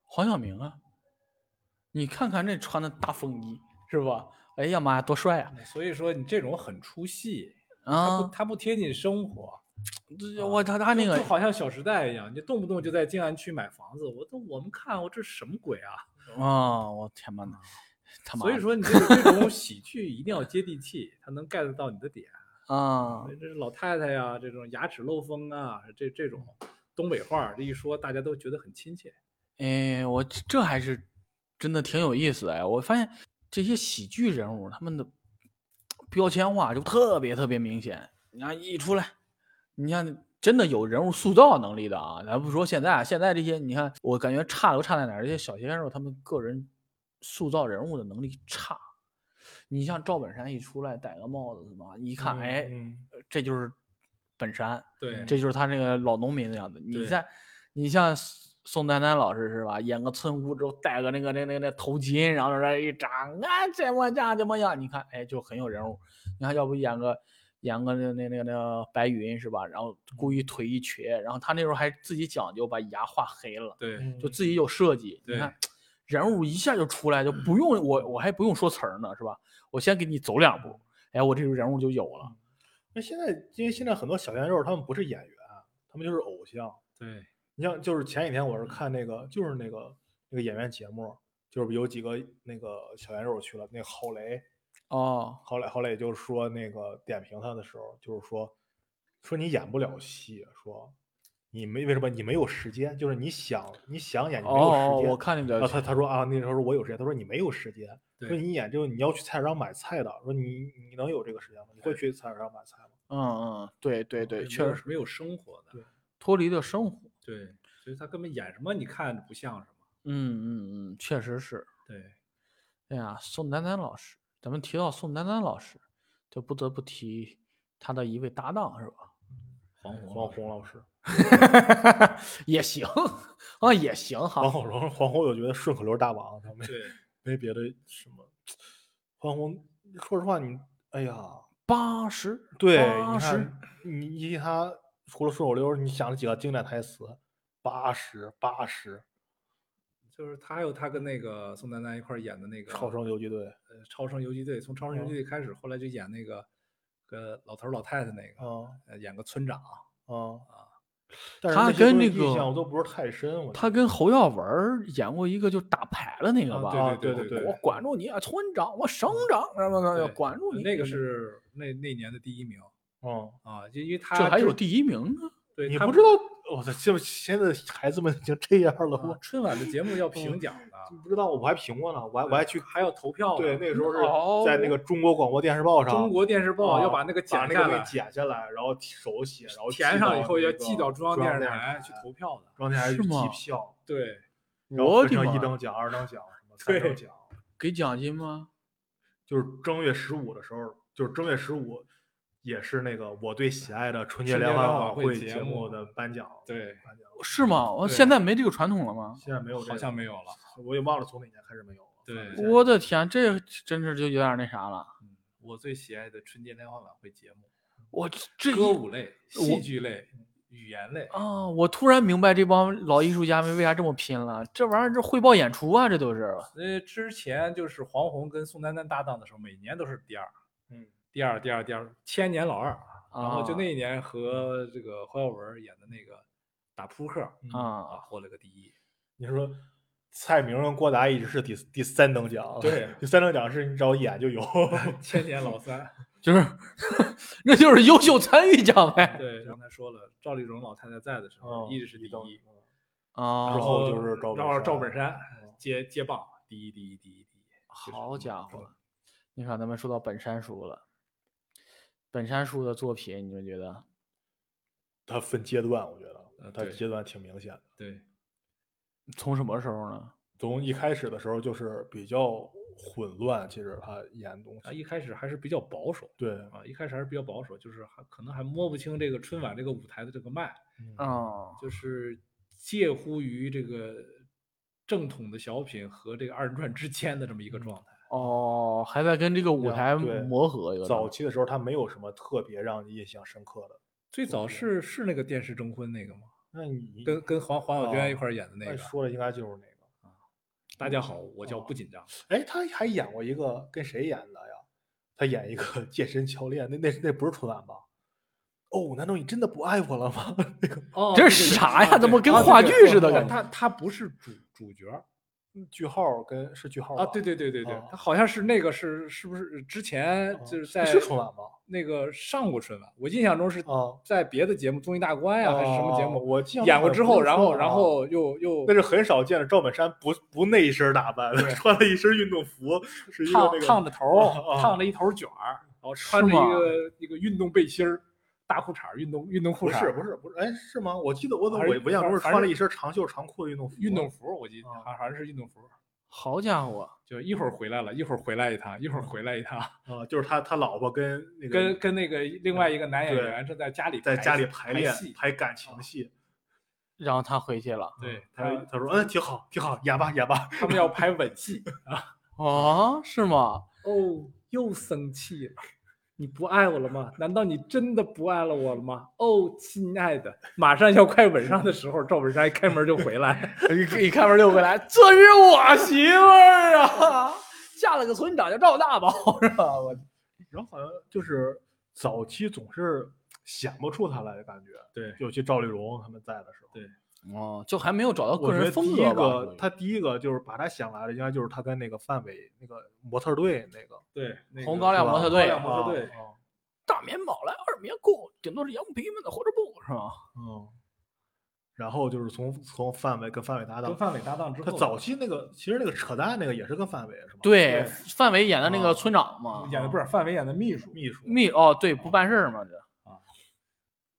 黄晓明啊，你看看这穿的大风衣是吧？哎呀妈呀，多帅啊！
所以说你这种很出戏，他不
啊，
他不贴近生活，
这我他他
就
那个
就好像《小时代》一样，你动不动就在静安区买房子，我都我们看我这是什么鬼啊？
啊，我天妈的，他妈
所以
的
说你这个这种喜剧一定要接地气，它能 get 到你的点。
啊，
这是老太太呀、这种牙齿漏风啊，这这种东北话儿这一说，大家都觉得很亲切。
哎，我这这还是真的挺有意思的哎！我发现这些喜剧人物他们的标签化就特别特别明显。你看一出来，你看真的有人物塑造能力的啊，咱不说现在啊，现在这些你看，我感觉差都差在哪儿？这些小鲜肉他们个人塑造人物的能力差。你像赵本山一出来戴个帽子嘛，一看，
嗯
哎，
嗯
呃这就是本山，
对，
这就是他那个老农民的样子。你
对
像，你像宋宋丹丹老师是吧？演个村姑之后戴个那个那那那头巾，然后在那一扎，啊怎么样怎么样？你看，哎，就很有人物。你看，要不演个演个那那那那白云是吧？然后故意腿一瘸，然后他那时候还自己讲究把牙画黑了，
对
嗯
就自己有设计。你
对
看，人物一下就出来，就不用我我还不用说词儿呢是吧？我先给你走两步，哎，我这个人物就有了。
那现在因为现在很多小鲜肉他们不是演员，他们就是偶像。
对，
你像就是前几天我是看那个就是那个那个演员节目，就是有几个那个小鲜肉去了，那个郝蕾，嗯
哦，
郝蕾，郝蕾就是说那个点评他的时候，就是说说你演不了戏，说你没为什么你没有时间，就是你想你想演你没有时
哦，
间。
我看那个
然后他他说啊，那时候我有时间，他说你没有时间，说
对
你演这个你要去菜市场买菜的，说你你能有这个时间吗？你会去菜市场买菜吗？
嗯嗯，对对对，
哦没
确
有
实
没有生活的
对，
脱离了生活。
对，所以他根本演什么你看着不像什么。
嗯嗯嗯，确实是。
对，
哎呀，宋丹丹老师，咱们提到宋丹丹老师，就不得不提她的一位搭档是吧？
黄宏
黄
老师
宏老师，
也行啊，也行
黄
哈。
哦
宏老师，黄宏，我觉得顺口溜大王，他没
对，
没别的什么。黄宏，说实话，你哎呀，
八十，
对，
八
你
十，
看你你他除了顺口溜，你想了几个经典台词？八十，八十，
就是他还有他跟那个宋丹丹一块儿演的那个
超生游击队
呃超生游击队，从超生游击队开始，后来就演那个呃老头儿老太太那个，
啊
呃演个村长。
啊但是
他
些
跟
东西
那个
印象都不是太深，我觉
他
得
跟侯耀文儿演过一个就打牌的那个
啊
吧？
对
啊
对
对
对哦
我管住你啊，村长，我省长什么的，
对
管住你。
那个是那那年的第一名
嗯，
啊，就因为他
这还有
之
第一名呢？
对，
你
他
不知道我操，这现在孩子们已经这样了，
啊
我嗯
春晚的节目要评奖的，
不知道，我还评过呢，我还我还去
还要投票呢。
对，
啊
那个时候是
哦
在那个中国广播电视报上，
中国电视报
啊
哦要把那个剪
把那
下
个
来
给剪下来，然后手写，然后
填
寄
上
到
以后
那
要
个
寄到中央电视台去投票的。
中央电视台
是
去
吗
寄票，
对，
然后
哦
我
分
的
上一
妈
等奖、二等奖什 么三等
啊对
奖，
给奖金吗？
就是正月十五的时候，就是正月十五也是那个我对喜爱的春节
春节
联
联
欢
欢
晚
晚会
会
节
节目
目
的颁奖，
对
颁奖
是吗？我
对
现在没这个传统了吗？
现在没有这个，
好像没有了。
我也忘了从哪年开始没有了。
对
反正现在
我的天，这真是就有点那啥了。
嗯，我最喜爱的春节联欢晚会节目，
我这这
歌
一
舞类、
我
戏剧类、语言类，
啊，我突然明白这帮老艺术家们为啥这么拼了。这玩意儿这汇报演出啊，这都是。
呃，之前就是黄宏跟宋丹丹搭档的时候，每年都是第二，
嗯，
第二，第二，第二，千年老二。然后就
啊
那一年和这个侯耀文演的那个打扑克啊，
啊，
获了个第一。
你说蔡明跟郭达一直是第第三等奖，
对，
第三等奖是你只要演 就有。
千年老三，
就是 那就是优秀参与奖呗。
对，哦刚才说了，赵丽蓉老太太在的时候
嗯，
一直是第
等
一，
啊
之
然，
后
后
就是赵本
然后
山
赵本山哦
嗯
接接棒，第一，第一，第一，第一。就是
好
这么
家
着
伙，，你看咱们说到本山叔了，本山叔的作品，你们觉得？
他分阶段，我觉得
呃
他
对
阶段挺明显的。
对，
从什么时候呢？
从一开始的时候就是比较混乱，其实他演的东
啊，
西，
一开始还是比较保守
对，
啊，一开始还是比较保守，就是还可能还摸不清这个春晚这个舞台的这个脉，
嗯，
哦，
就是介乎于这个正统的小品和这个二人转之间的这么一个状态。
哦，还在跟这个舞
两
台
对
磨合，有点
早
儿
期的时候他没有什么特别让你印象深刻的。
最早是是那个电视征婚那个吗？
那你
跟跟黄黄小
啊
娟一块儿演的那
那
个。
说的应该就是那个。
大家好，我叫
哦
不紧张。
哎，他还演过一个跟谁演的呀？他演一个 健身教练，那那那不是春晚吧？哦，难道你真的不爱我了吗？ 那个
哦
这是啥呀怎么
啊
跟
话剧似的感
他他不是主主角儿
句号跟是句号
啊，
吧
对对对对对
哦，
他好像是那个是是不是之前
哦
就是
那
在
是春晚吗？
那个上过春晚，我印象中是
啊，
在别的节目《综艺大观》呀还是什么节
哦
目
我记得
演
好
过
像
之
不
后，
是
然
春
后
晚
然
啊
后又又
那是很少见的。赵本山不不那一身打扮， 穿了一身运动服，是一个那个
烫烫的头
啊啊
儿，烫了一头卷儿，然后穿着
吗
一个一个运动背心儿、大裤衩儿、运动运动裤
不
衩
是
儿，
不是不是，哎，是吗？我记得我怎么
还
我
是
我印象中是
反
穿了
正
一身长袖长裤的运动服，
运动服，我记得
啊
好像是运动服。
好家伙，
就一会儿回来了，一会儿回来一趟，一会儿回来一趟，
啊，就是他他老婆跟那个
跟跟那个另外一个男演
对
员正在家里
在家里排
排
练
戏，
排感情戏，
让他回去了
对
他
他
他说嗯挺好挺好，演吧演吧，
他们要拍吻 戏
啊？是吗？
哦，又生气了，你不爱我了吗？难道你真的不爱了我了吗？哦，亲爱的，马上要快吻上的时候，赵本山一开门就回来，
一一开门溜回来，这是我媳妇儿啊， 嫁了个村长叫赵大宝是吧？我
然后好像就是早期总是显不出他来的感觉，
对
尤其赵丽蓉他们在的时候。
对
哦，就还没有找到
我
个
觉得
人
第
风
一
格吧
个
属于
他第一个就是把他想来的，应该就是他跟那个范伟那个模特队那个
对，那个
红高
是
粱
吧
模特
红
高
队
粱模特
啊
队
啊
大棉袄来二棉裤，顶多是羊皮面的活着布是吧？
嗯，然后就是从从范伟跟范伟搭
啊
档
跟，范伟搭档之
他
后，
早期那个其实那个扯淡那个也是跟范伟是吧？，
对啊
对，
范伟演的那个村长嘛，
演的不是范伟演的秘书，
秘书
密哦，对，不办事儿嘛，这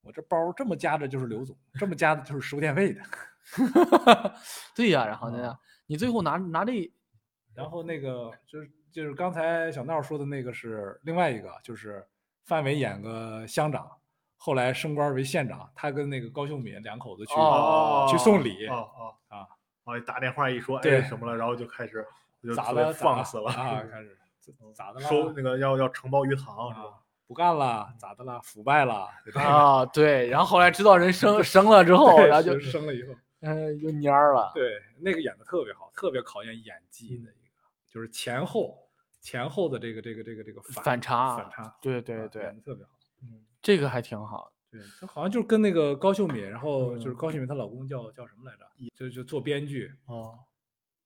我这包这么夹着就是刘总，这么夹的就是收电费的。
对呀、然后呢，你最后拿拿这
然后那个就是就是刚才小闹说的那个是另外一个，就是范伟演个乡长，后来升官为县长，他跟那个高秀敏两口子去、
哦
去送礼，
哦哦
啊
哦，打电话一说哎
对
什么了，然后就开 始就
咋
特别
了
放肆了
了啊？开始这咋的 了？
收那个要要承包鱼塘是吧？
啊，不干了，咋的了？腐败了？
啊，对，然后后来知道人生生了之后，
对
然后就
升了以后，
嗯、又蔫儿了。
对，那个演的特别好，特别考验演技的一个，就是前后前后的这个这个这个这个反
反差
反差，
对对
啊
对
演，的特别好。
这个还挺好。
对，他好像就是跟那个高秀敏，然后就是高秀敏她老公叫叫什么来着？
嗯
就就做编剧，
哦，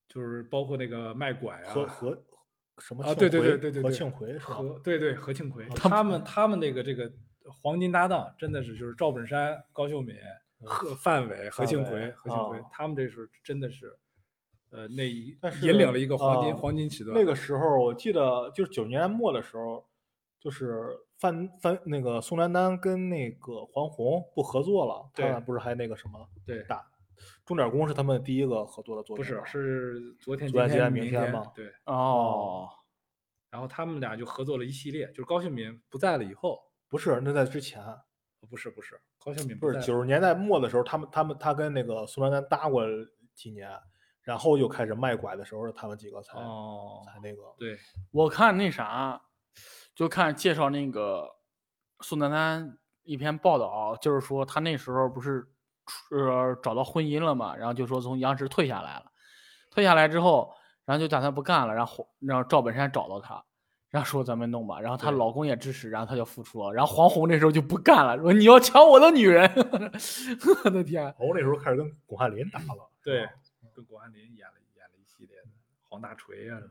就是包括那个卖拐啊，
何何什么
啊对
庆
对对
奎
对对
何
对
庆魁是吧？
何对对何庆魁，
哦
他们他们那个这个黄金搭档真的是就是赵本山、高秀敏，贺范伟、
嗯
何
范
庆
伟
魁、何庆魁
啊，
他们这时候真的是，呃，那一
但是
引领了一个黄金
啊
黄金时段。
那个时候我记得就是九十年代末的时候，就是范范那个宋丹丹跟那个黄宏不合作了，他
对
俩不是还那个什么
对，
打钟点工是他们第一个合作的作
不
品
是
吗，
是昨天、
昨天今天
明
明天吗
对，
哦，
然后他们俩就合作了一系列，就是高秀敏不在了以后，
不是那在之前
不是不是，高秀敏
不是
在了
九十年代末的时候，他们他们他跟那个宋丹丹搭过几年，然后又开始卖拐的时候，他们几个才、
哦，
才那个
对，
我看那啥，就看介绍那个宋丹丹一篇报道，就是说她那时候不是出呃找到婚姻了嘛，然后就说从央视退下来了，退下来之后，然后就打算不干了，然后黄然后赵本山找到她。然后说咱们弄吧，然后她
对
老公也支持，然后她就复出了。然后黄宏这时候就不干了，说你要抢我的女人， 我的天！
哦，那时候开始跟巩汉林打了，
对，
啊
跟巩汉林演了演了一系列的黄大锤啊什么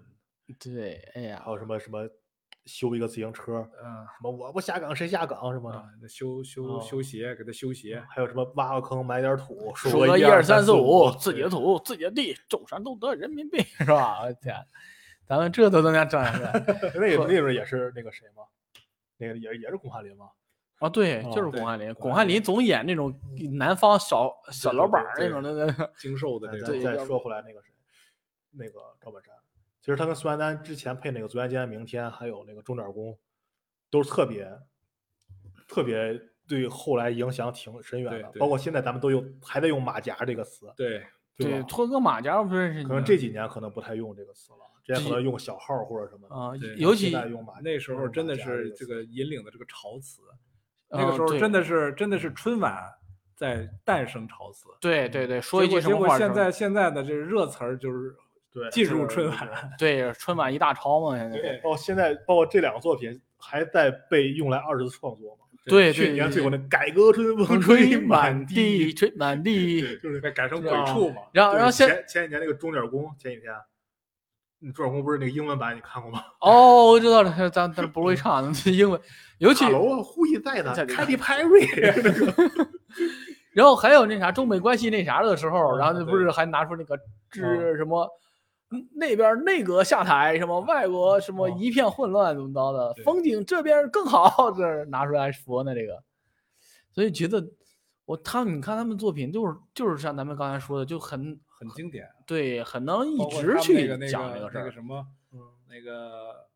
对，哎呀
还，有什么什么修一个自行车，什
的，啊
么我不下岗谁下岗什么的，
啊，那修修
哦
修鞋，给他修
啊
鞋，
还有什么挖个坑埋点土，
数
个
个
一
一
二
二三
四
四五，自
自
己
己
的土，自己的地，种啥都得人民币，是吧？我的天，咱们这都能让整出来
那个那时候也是那个谁嘛，那个也也是巩汉林嘛，
啊！对，就
哦
是
嗯对
巩汉林，
巩
巩
汉
汉
林
林总演那种南方小小
对
老
对
板儿
对
那种的，
精瘦的
咱
这
咱
呃对
种，
再
要
说回来那个谁，那个赵本山，其实他跟苏丹丹之前配那个《昨天、今天、明天》，还有那个《钟点工》，都是特别特别对后来影响挺深远
对
的，
对
包括现在咱们都用还在用马甲这个词，
对
对
对，
吧？
脱个马甲我不认识你
可能这几年可能不太用这个词了，之前可
这
能用小号或者什么的，
啊
对，
尤
现
其
在用马
那时
用
候
马
真的
甲
是
这
这
个词
个引领的这个潮词，那
嗯
个时候
对
真的是真的是春晚在诞生潮词。
对对对，说一
结
句什
果结
么
果
话儿
现
说
在现在的这热词儿 就是
对
进
这
入
个
春
就是
晚
对春晚一大抄嘛，现在
对，包括现在，包括这两个作品还在被用来二次创作嘛？
对
去
对
年
对
最后那“改革春风吹
吹
满
满
地
地，吹满地，
就是
被改成
是
鬼
啊
畜 嘛。
然后然后
对
现
前前几年那个钟点工，前几天，嗯钟点工不是那个英文版你看过吗？
哦，我知道了，咱咱不会唱英文，尤其
塔楼啊，呼吁在的
在这
凯
里
蒂·派瑞，
然后还有那啥中美关系那啥的时候，
啊
嗯
然后那不
对
是还拿出那个致什么，嗯那边内阁下台，什么外国什么
啊
嗯
一片混乱，怎么着的
对，
风景这边更好，这儿拿出来说呢这个，所以觉得我他们你看他们作品就是就是像咱们刚才说的，就很
很经典，
对，很能一
包括
直
他们
去
那个那
讲这
个
事
那个
儿，
什么
嗯
那个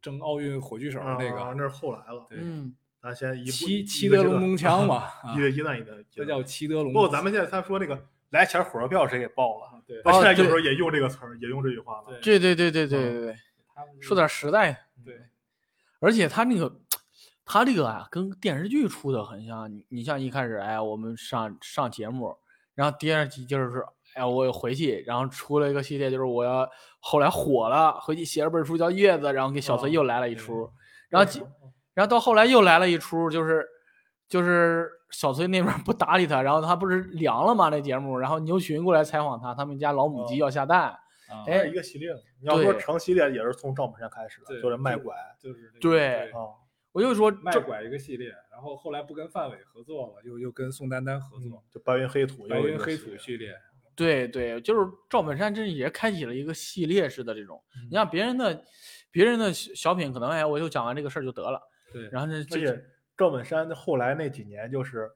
争奥运火炬手
啊
那
那
个，
是后来了，
对
嗯，
咱先一步
七
一
七
个
德
阶
龙
段
宫枪嘛，，啊
一个阶段一个阶
这
段
叫七德龙。
包括咱们现在 他说那个来钱火车票谁给报了，
啊，对
咱
哦
现在有
对
时候也用这个词儿，也用这句话了。
对对对对对对
啊
对，
他们
说点实在的。
对
而且他那个，他这个啊，跟电视剧出的很像。你你像一开始，哎，我们上上节目，然后第二集就是，哎，我回去，然后出了一个系列，就是我要后来火了，回去写了本书叫《月子》，然后给小崔
哦
又来了一
对
出，然后几，然后到后来又来了一出，就是就是小崔那边儿不搭理他，然后他不是凉了吗？那节目，然后牛群过来采访他，他们家老母鸡
哦
要下蛋，
啊
它
哎
是一个系列的。你要说
对
成系列也是从赵本山开始的，
对
就是卖
就
拐
就是那个
对
啊，
我就说
卖
这
拐一个系列，然后后来不跟范伟合作了，又又跟宋丹丹合作，
嗯就白云黑土，
白云黑土系列，
对对，就是赵本山，这也开启了一个系列式的这种。
嗯
你像别人的，别人的小小品，可能哎，我就讲完这个事儿就得了。
对，
然后这
而
这
且赵本山后来那几年就是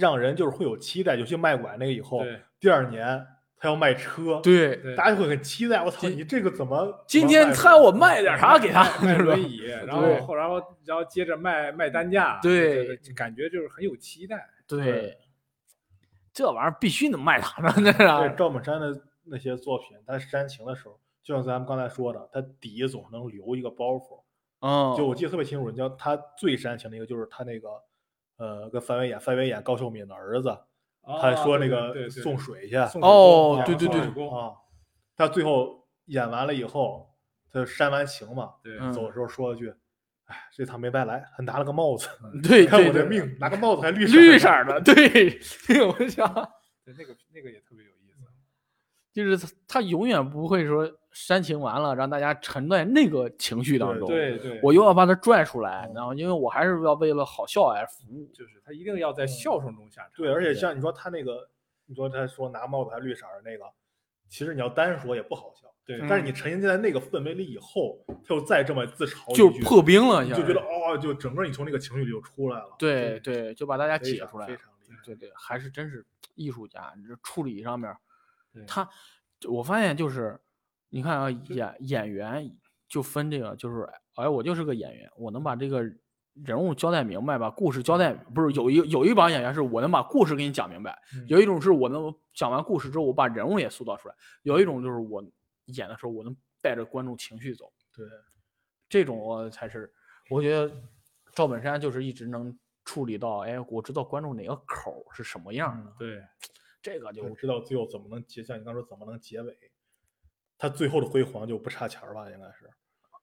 让人就是会有期待，尤其卖拐那个以后
对，
第二年他要卖车，，
对，
对
大家会很期待。我操，
今
你这个怎么？
今天
猜
猜我卖点啥给 他，
卖
是吧
轮？椅，然后
对
后然后然后接着卖卖担架，
对
这个感觉就是很有期待。
对，这玩意儿必须能卖他， 那是
对
啊。
赵本山的那些作品，他煽情的时候，就像咱们刚才说的，他底总能留一个包袱。
嗯，
就我记得特别清楚，你知道他最煽情的一个就是他那个，呃，跟范伟演，范伟演高秀敏的儿子，他
啊
说那
对
个
对对
送水去，
送水
哦
工
对对对
送水工
啊，他最后演完了以后，他煽完情嘛，
对
嗯
走的时候说了句：“哎，这趟没白来，还拿了个帽子，
对
你 看
嗯对
我这
对，
命，拿个帽子还绿
绿
色
色
儿
儿的，对，我想
对那个那个也特别有意思。
就是他他永远不会说煽情完了让大家沉在那个情绪当
对
中，
对对，
我又要把它拽出来，
嗯
然后因为我还是要为了好笑而服务。
就是他一定要在笑声中下场。
对，而且
对
像你说他那个，你说他说拿帽子还绿色儿那个，其实你要单说也不好笑，
对
但
嗯
是你沉浸在那个氛围里以后，他又再这么自哦嘲一
就
句
破冰了一
你
下，
就觉得哦，就整个你从那个情绪里就出来了，
对对，就把大家
非
解
常
出来
非
了。
常厉害。
对对，还是真是艺术家，你这处理上面儿，
对
他我发现就是，你看啊，演演员就分这个，就是哎，我就是个演员，我能把这个人物交代明白，把故事交代，不是有一有一帮演员是我能把故事给你讲明白，
嗯
有一种是我能讲完故事之后我把人物也塑造出来，有一种就是我演的时候我能带着观众情绪走，
对对
这种我才是我觉得赵本山就是一直能处理到，哎，我知道观众哪个口儿是什么样的，
嗯对
这个就
我知道最后怎么能结，像你刚说怎么能结尾，他最后的辉煌就不差钱儿吧，应该是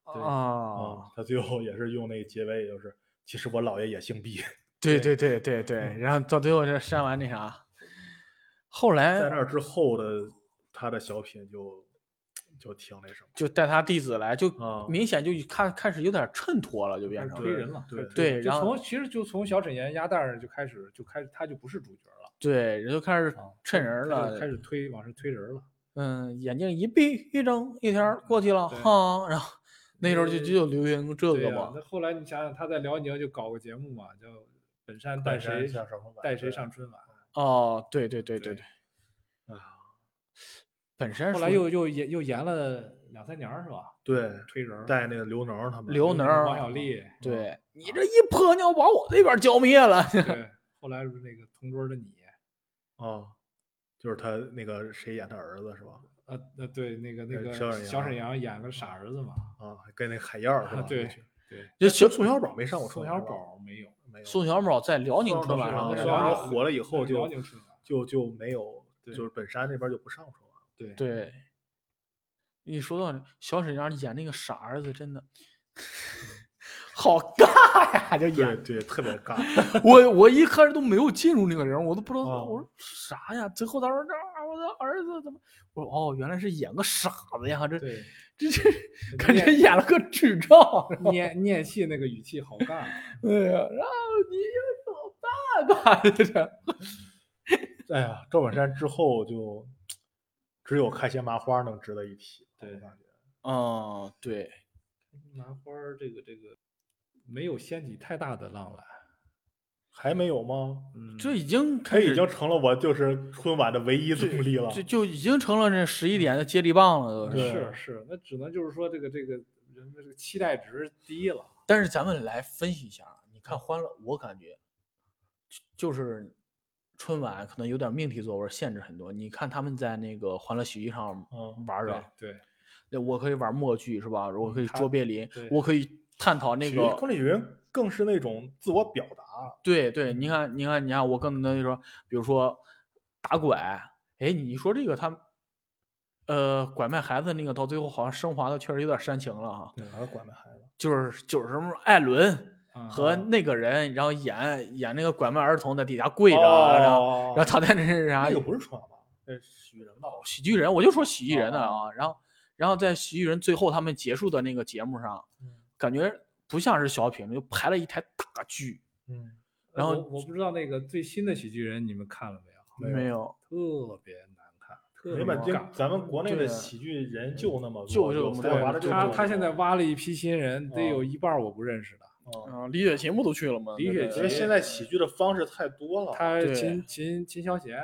嗯
对哦
啊，
他最后也是用那个结尾，也就是其实我姥爷也姓毕，
对对对对对，
嗯
然后到最后这删完那啥，后
在那
来
儿之后的他的小品就就挺那什么，
就带他弟子来，就
啊
嗯
明显就看开始有点衬托了，就变
开始
成
推
对
人了，
对
开始推人
对
就
然后
从其实就从小沈阳鸭蛋儿就开始就开始他就不是主角了
对，人就开始
啊，
衬人儿
他就
了，
开始推往上推人儿了。
嗯，眼睛一闭一睁，一条儿过去了
嗯对
哈，然后那时候就
呃
就有流行这
对
个
呀，
嘛
那，后来你想想，他在辽宁就搞个节目嘛，叫《本山带
带
谁
谁上上春晚
带谁
对
上春晚
哦，对对对对
对
对，
啊，
本身》，
后来
属于
又又演又演了两三年儿是吧？
对，
推人儿，
带那个刘能儿他们
刘
刘
能
能
儿
王小利，啊
嗯
对你这一泼尿把我这边儿浇灭 了，
对，后来是那个同桌的你，
啊，就是他那个谁演他儿子是吧？
呃呃，对，那个那
呃
个
小沈
小沈
阳
阳演个傻儿子嘛，
啊，跟那个海燕儿是吧？
对
那群
对，
就
其
小
实宋小宝没上过
宋
春晚
小
是吧
宝没有，
没有，
宋小宝在辽宁春晚上
宋
的
小
时
宋
宝
候，
火了以后
辽
就
宁春晚
就就没有，
对
就是本山那边就不上春晚了。
对
对，一说到小沈阳演那个傻儿子，真的
嗯
好尬呀，就
对
演
对，特别尬。
我我一开始都没有进入那个人，我都不知道、
哦
我说啥呀。最后他说这儿我的儿子怎么？我说哦，原来是演个傻子呀，这
对，
这这感觉
念
演了个智障。
念念戏那个语气好尬啊，
哎呀，然后你有什么办 法？这是
哎呀，赵本山之后就只有开心麻花能值得一提了，
对
我感觉。
嗯，对，
麻花儿这个这个没有掀起太大的浪来，
还没有吗？
嗯，
这已经
他
开始
已经成了我就是春晚的唯一动力了。
就就已经成了这十一点的接力棒了，都
对
是。
是是，那只能就是说这个这个人的这个期待值低了，
但是咱们来分析一下啊，你看《欢乐》，我感觉就就是春晚可能有点命题作文限制很多。你看他们在那个《欢乐喜剧》上
嗯
玩
对
的，
对
那我可以玩默剧是吧？我可以
他
卓别林
对，
我可以探讨那
嗯其实
个
宫里人更是那种自我表达，
对对，你看，你看，你看，我更能说，比如说打拐，哎，你说这个他，呃，拐卖孩子那个，到最后好像升华的确实有点煽情了啊，
哪儿管那孩子？
就是就是什么艾伦
啊
和那个人，然后演演那个拐卖儿童在底下跪着，啊然后
哦
然后他在那是啥
那个不是春晚吧？那是许人吧？
喜剧人，我就说喜剧人的啊，然后然后在喜剧人最后他们结束的那个节目上，感觉不像是小品，就排了一台大剧，
嗯，
然后
我我不知道那个最新的喜剧人你们看了没有？
没有
没有。
特别难看，特
没
别
满
有
京
尬。
咱们国内
对啊
的喜剧人就那么
就
多
这
有
么
才
多
华的
就
就
这么
他
这
他
么
现在
多
挖了一批新人，得有
哦
一半儿我不认识的。
嗯
啊，李雪琴不都去了吗？
李
对
雪
不
因
对
为
琴
现在喜剧的方式太多了，
他
对
秦秦秦霄贤、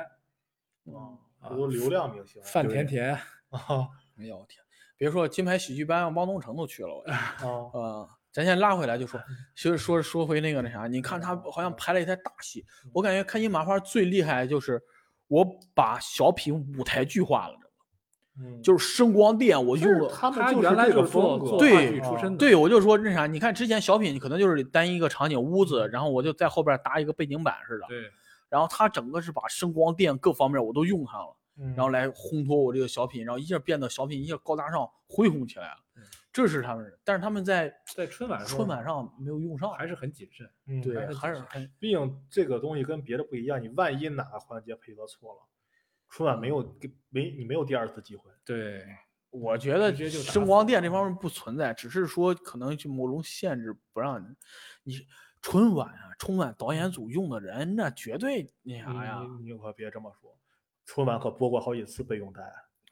嗯
啊
都流量明星
范甜
甜
甜，
啊
哎呦我天，别说金牌喜剧班，啊汪东城都去了。我 觉得
啊，
呃，咱先拉回来就 说，其实说说回那个那啥，你看他好像排了一台大戏，
嗯
我感觉开心麻花最厉害的就是我把小品舞台剧化了，
嗯
就是声光电我用了。
他们
他
就是
原来
这
就
个
是做
风格，
做话
对
剧出身的。
对，我就说那啥，你看之前小品可能就是单一一个场景屋子，然后我就在后边搭一个背景板似的，
对
然后他整个是把声光电各方面我都用上了。
然
然后来烘托我这个小品，然后一下变得小品一下高大上恢宏起来了，这是他们，但是他们在
在春晚
春
上
晚上没有用上，
还是很谨慎。
对，
还
还是很
毕竟这个东西跟别的不一样，你万一哪个环节配合错了，春晚没有给没你没有第二次机会。
对，
我觉得
直接就打
声
死
光电这方面不存在，只是说可能就某种限制不让你。你春晚啊，春晚导演组用的人那绝对那
你
嗯哎啥呀。
你你可别这么说，春晚可播过好几次备用带，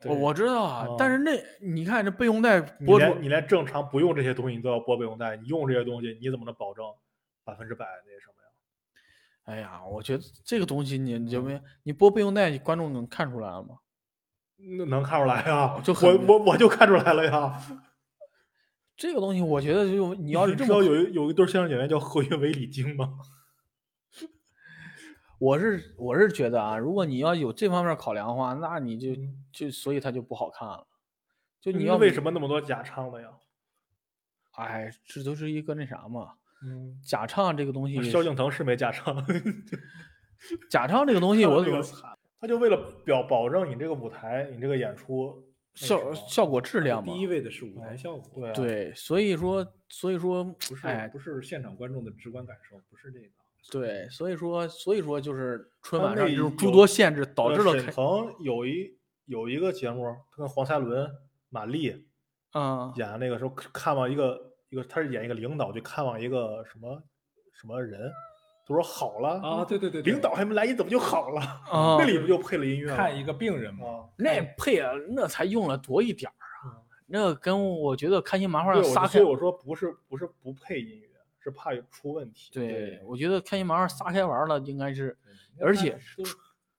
我我知道啊，但
哦
是那你看这备用带
你
播出，
连你连正常不用这些东西你都要播备用带，你用这些东西你怎么能保证百分之百那什么呀？
哎呀，我觉得这个东西你你就没你播备用带，观众能看出来了吗？
那能看出来呀？
就
我
很
我我就看出来了呀。
这个东西我觉得就你
你
要是这
知
么
道有一有一对相声演员叫何云伟、李菁吗？
我是我是觉得啊，如果你要有这方面考量的话，那你就
嗯
就所以它就不好看了。就你
那
要
为
么
什么那么多假唱的呀？
哎，这都是一个那啥嘛，
嗯，
假唱这个东西，
萧敬腾是没假 唱，
假唱这 个东西我
这
怎么
个他就为了表保证你这个舞台、你这个演出那什
效
么
效果质量嘛
第？一位的是舞台
嗯
效果，
对啊，嗯
对，所以说所以说
不是、
哎
不是现场观众的直观感受，不是这个。
对，所以说所以说就是春
他
晚上
那
这种诸
有
多限制导
呃
致了
沈
开
腾有一有一个节目，他跟黄才伦、马丽
啊
演的那个时候看望一个一个，他是演一个领导去看望一个什么什么人，都说好了
啊，，对对对，对
领导还没来，你怎么就好了？
啊
那，里不就配了音乐吗？
看一个病人嘛，哎
啊，
那配啊那才用了多一点儿
嗯，
啊那跟我觉得开心麻花
对，
上
我
撒
就
开
所以我说不是不是不配音乐，是怕有出问题。
对，我觉得开心麻花撒开玩儿了，应该是
那
而
他
且
都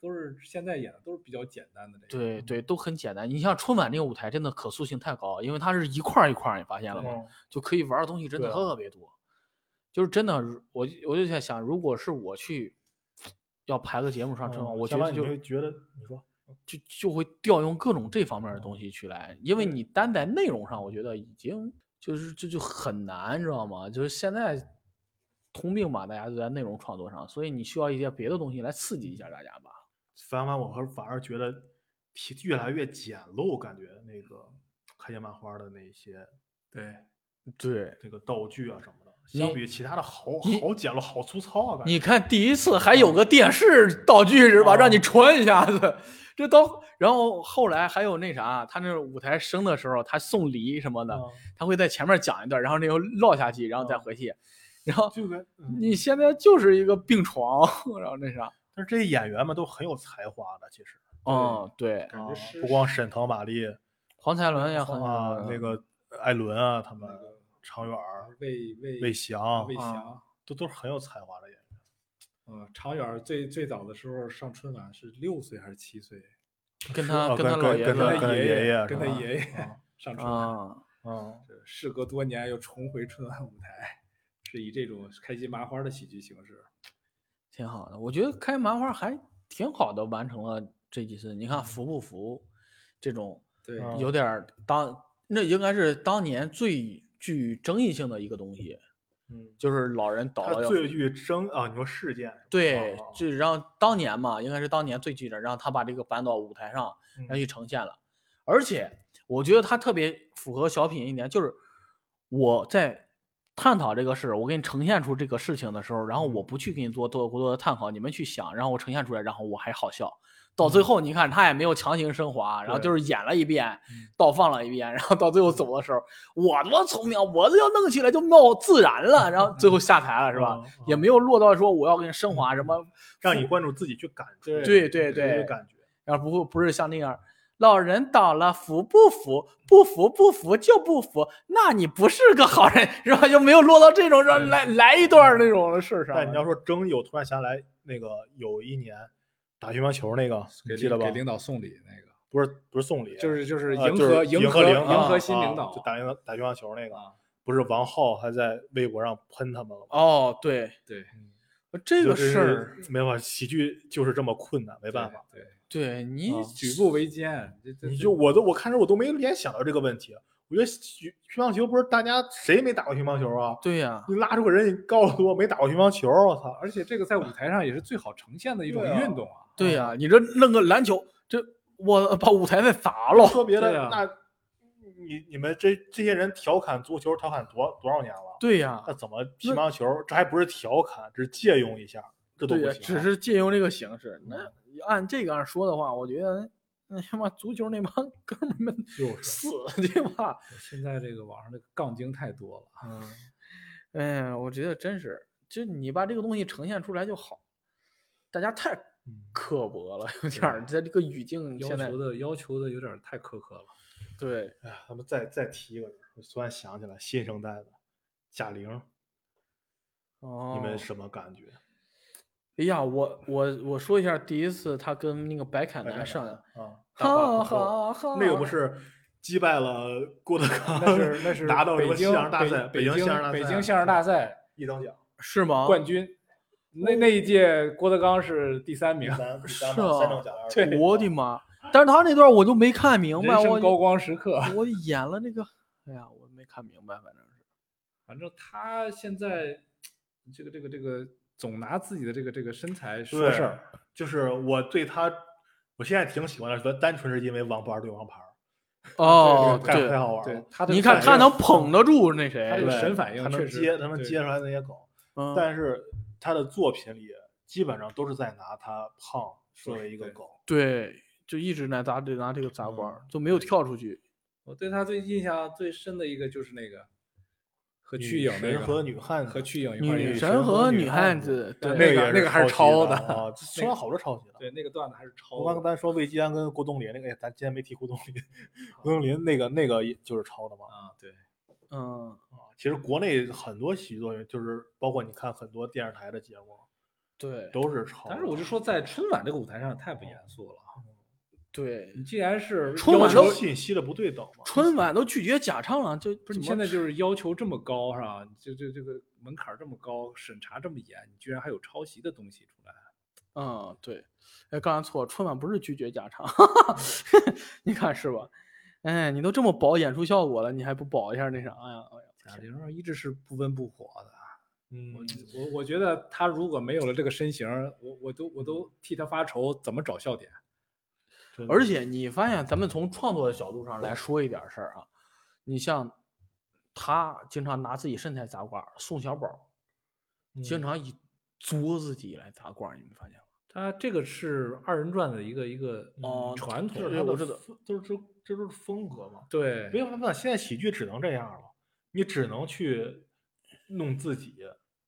都是现在演的都是比较简单的这个。
对对都很简单。你像春晚这个舞台，真的可塑性太高，因为它是一块儿一块儿，你发现了吗？
嗯，
就可以玩儿的东西真的
对啊
特别多。就是真的，如我就我就在想，如果是我去要排个节目上春晚，
嗯
我觉
下
得
班你
就
会觉得你说
就就会调用各种这方面的东西去来，因为你单在内容上，我觉得已经就是这就很难，你知道吗？就是现在通病嘛，大家都在内容创作上，所以你需要一些别的东西来刺激一下大家吧。
反反我还反而觉得提越来越简陋，感觉那个开心麻花的那些
对，
对，
那个道具啊什么的，
你
相比其他的好
你
好简陋，好粗糙啊！感觉
你看第一次还有个电视道具是吧，让你
啊
穿一下子， 这都然后后来还有那啥，他那舞台升的时候，他送礼什么的，
啊
他会在前面讲一段，然后那又落下去，然后再
啊
回去，然后
这个，嗯
你现在就是一个病床， 然后那啥。
但是这些演员们都很有才华的，其实
嗯，对，
感觉
啊
哦是
不光沈腾、马丽
黄才伦也很
啊，
嗯
那个艾伦啊，他们
那个
常远儿、
魏嗯魏
魏翔
魏
啊
翔，
都都是很有才华的演员。
嗯，常远儿最最早的时候上春晚是六岁还是七岁？
哦跟他
啊
他
跟
老
跟
爷
跟
子
他
他
爷
爷
爷
跟
是
他
吧
爷爷
啊
上春晚，
啊，
嗯，
这事隔多年又重回春晚舞台，是以这种开心麻花的喜剧形式。
挺好的。我觉得开麻花还挺好的，完成了这几次。你看服不服？这种
对，
嗯
有点儿当那应该是当年最具争议性的一个东西，
嗯，
就是老人倒
他
了要
最具争啊，你说事件是吧
对
啊啊，
就让当年嘛，应该是当年最具的，让他把这个搬到舞台上，
嗯
然后去呈现了。而且我觉得它特别符合小品一点，就是我在探讨这个事，我给你呈现出这个事情的时候，然后我
嗯
不去给你做多过多的探讨，你们去想，然后我呈现出来，然后我还好笑。到最后，你看他也没有强行升华，然后
嗯对
就是演了一遍
嗯，
倒放了一遍，然后到最后走的时候，我多聪明，我这要弄起来就闹自然了，然后最后下台了，是吧
嗯？
也
嗯
没有落到说我要给你升华什么，
让你观众自己去感触，
对
对对
自己去
对
感觉。
然后不会不是像那样，老人倒了服不服？不服不服就不服，那你不是个好人，是吧？就没有落到这种让来来一段那种的事上了。
但哎你要说争议，我突然想起来，那个有一年打乒乓球那个，
给
你记得
领
吧
给？领导送礼那个，
不是不是送礼，
就是就是
呃
迎
就是
合
迎
合
领
迎
啊
合新
啊
领导
就打乒乓打乒乓球那个，
啊，
不是王浩还在微博上喷他们了吗？
哦，对
对，
这个
就真
事儿，
是没办法，喜剧就是这么困难，没
没
办法。，
对，
对你
啊
举步维艰，这这
你
这
就我都我看着我都没联想到这个问题。我觉得喜乒乓球不是大家谁没打过乒乓球啊？
对呀、
你拉出个人，你告诉我没打过乒乓球，我操！
而且这个在舞台上也是最好呈现的一种
对啊
运动啊。
对呀、你这弄个篮球，这我把舞台费砸了。
说别
对
的，
啊
那你你们这这些人调侃足球调侃多多少年了？
对呀、
那怎么乒乓球？这还不是调侃，只是借用一下，这都
对
不
呀、
行。嗯
只是借用这个形式，那按这个样说的话，我觉得哎那他妈足球那帮 哥们儿们
就是
死 去吧。
现在这个网上这个杠精太多了。
嗯，
哎呀，我觉得真是，就你把这个东西呈现出来就好。大家太
嗯
刻薄了，有点儿在这个语境
要
现在
求的要求的有点太苛刻了。
对
哎呀，咱们再再提一个人，我突然想起来新生代的贾玲，
哦
你
哦
们什么感觉？
哎呀，我我我说一下，第一次他跟那个白凯
白凯
南上
南
的，
啊， 大话
好
不说
好好，
那个不是击败了郭德纲，
那是 那是
拿到什
北
么
京
相声大
北
赛，
北
京相声大赛，啊
北京相声大赛
一等 奖，
是吗？
冠军，那那一届郭德纲是第三
第
名，
三第三
是
等三
啊
等奖，二
对
等
我的
奖
妈！但是他那段我就没看明白，
人
我
生高光 时刻。
我演了那个，哎呀，我没看明白，反正是
反正他现在这个这个这个总拿自己的这个这个身材说
对
事儿，
就是我对他，我现在挺喜欢的，说单纯是因为王牌对王牌，
哦，
太太好玩
对
了。
他的
你看
反
他
应
能捧得住那
他这
谁
个，
对
神反应
他能
确实
接，他能
对
接出来那些梗，
嗯
但是他的作品里基本上都是在拿他胖作为一个
对
梗。
对，就一直拿拿这拿这个砸官儿
嗯，
就没有跳出去。
我对他最印象最深的一个就是那个和祛
女
影那
神
个
和女汉子
和祛影一块儿
女
演
神和女汉
汉
子，
对
对
那个
也
那
是
个还是
抄
抄的
啊，说了好多抄袭的。
对那个段子还是
我刚
超
刚才说魏基安跟郭冬临那个，哎，咱今天没提郭冬临， 郭冬临那个那个也就是抄的嘛。
啊，对，
嗯，
啊，其实国内很多喜剧作品，就是包括你看很多电视台的节目
对
都是抄的。
但是我就说在春晚这个舞台上太不严肃了啊。
对
你，既然是
春
要
要
晚
求
都
求，
信息的不对等嘛。
春晚都拒绝假唱了，就
不是你
怎
现
么
在就是要求这么高是吧？就就这个门槛儿这么高，审查这么严，你居然还有抄袭的东西出来，
嗯，对，哎，刚才错，春晚不是拒绝假唱，
嗯
你看是吧？哎，你都这么保演出效果了，你还不保一下那啥呀？哎呀，
贾玲儿一直是不温不火的。
嗯
我我我觉得他如果没有了这个身形儿，我我都我都替他发愁，怎么找笑点？
真的
而且你发现，咱们从创作的角度上来说一点事儿啊，你像他经常拿自己身材砸罐儿，宋小宝儿经
嗯
常以作自己来砸罐儿，你们发现吗？
他这个是二人转的一个一个嗯
哦
传
嗯
统
就，是
对
他
我
的
知道
风，都是这这都是风格嘛。
对
没有办法，现在喜剧只能这样了，你只能去弄自己，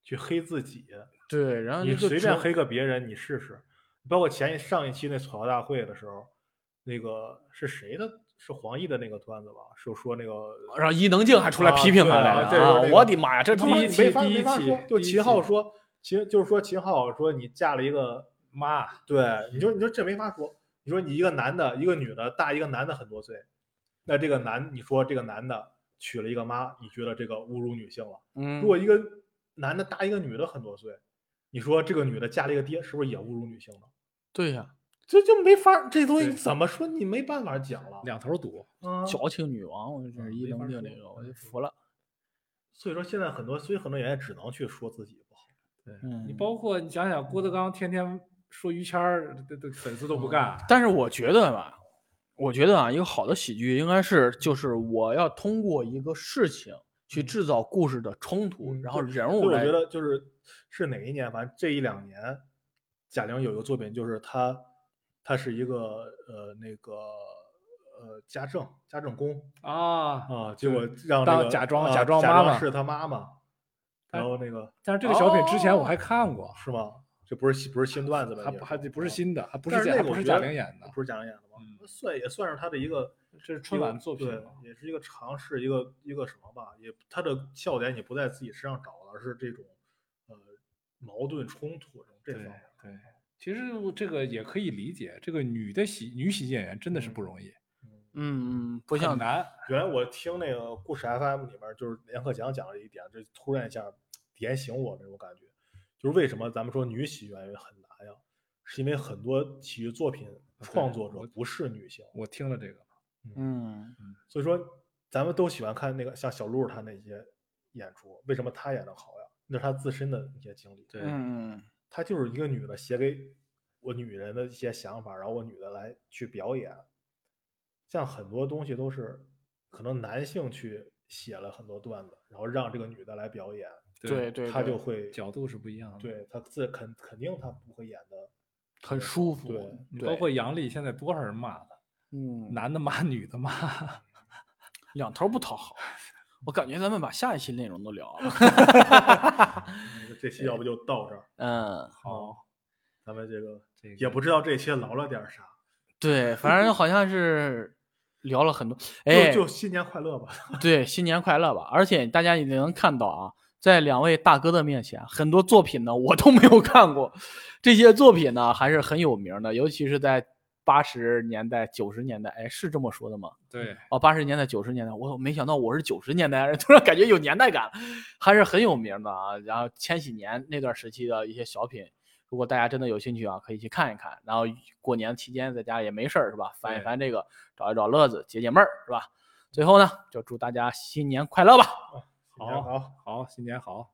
去黑自己，
对，然后
你
啊就就
随
只
便
能
黑个别人，你试试。包括前一上一期那吐槽大会的时候，那个是谁的？是黄奕的那个段子吧？是说那个
让伊能静还出来
啊
批评
对
他
啊
来了
对就是那
我
个
的妈呀，这
他
他
妈
妈
你
第一
没
期
法
第一
没法
期
说，就
第一
秦昊
期
说，秦就是说秦昊说你嫁了一个
妈，
对，你说你说这没法说。你说你一个男的，一个女的，大一个男的很多岁，那这个男，你说这个男的娶了一个妈，你觉得这个侮辱女性了？
嗯
如，果一个男的大一个女的很多岁，你说这个女的嫁了一个爹，是不是也侮辱女性呢？
对呀、
这就没法儿，这东西
对
怎么说你没办法讲了。
两头堵，
啊，
矫情女王，我真是
嗯
伊
没法
能静
说
这个，我
没
就
法
服了。
所以说现在很多，所以很多演员只能去说自己不好。
嗯
你包括你想想郭德纲天天说于谦儿，这这粉丝都不干，
但是我觉得吧，我觉得啊，一个好的喜剧应该是，就是我要通过一个事情去制造故事的冲突，
嗯
然后
对
人
所以
物
我
来。
觉得就是是哪一年，反正这一两年，贾玲有一个作品，就是她她是一个呃那个呃家政家政工
啊，
啊，结果让、那
当
个、
假装
啊
假装
假
妈
装
妈
是她妈妈，然后那个
但是这个小品之前我还看过，
是吗？哦这不是新不是新段子吧？
还
也
还不是
啊
新的，还不
但
是
是
贾
那
还
个
不
我
是
觉
贾
得
玲演的，
不是贾玲演的吗？
嗯
算也算是她的一个
这是
一
春
个
晚作品
对
嘛，
也是一个尝试，一个一个什么吧，也她的笑点也不在自己身上找了，而是这种呃矛盾冲突这种这
对
方面。
对。其实我这个也可以理解，这个女的喜女喜剧演员真的是
嗯
不容易，
嗯嗯，不
不
像
难，
原来我听那个故事 FM 里面，就是梁克强讲了一点，这突然一下点醒我那种感觉，就是为什么咱们说女喜剧演员很难呀？是因为很多喜剧作品
啊对
创作者
我
不是女性，
我听了这个，
嗯，
所以说咱们都喜欢看那个像小鹿他那些演出，为什么他演的好呀？那是他自身的一些经历，
对
嗯
他就是一个女的写给我女人的一些想法，然后我女的来去表演。像很多东西都是可能男性去写了很多段子，然后让这个女的来表演，
对对，
他
对
就会
角度是不一样的。
对他自肯肯定他不会演的
很舒服。
对
你
对
包括杨笠现在多少人骂他，
嗯，
男的骂，女的骂，
两头不 讨好。我感觉咱们把下一期内容都聊了。
这期要不就到这儿，
嗯，
好，
咱们这个
这个
也不知道这期聊了点啥，
对，反正好像是聊了很多。哎，
就就新年快乐吧。
对，新年快乐吧！而且大家也能看到啊，在两位大哥的面前，很多作品呢我都没有看过，这些作品呢还是很有名的，尤其是在八十年代、九十年代，哎，是这么说的吗？
对，
哦，八十年代、九十年代，我没想到我是九十年代人，啊 突然感觉有年代感，还是很有名的啊。然后千禧年那段时期的一些小品，如果大家真的有兴趣啊，可以去看一看。然后过年期间在家也没事儿是吧？翻一
对
翻这个，找一找乐子，解解闷儿是吧？最后呢，就祝大家新年快乐吧！
新年好，
好，新年好。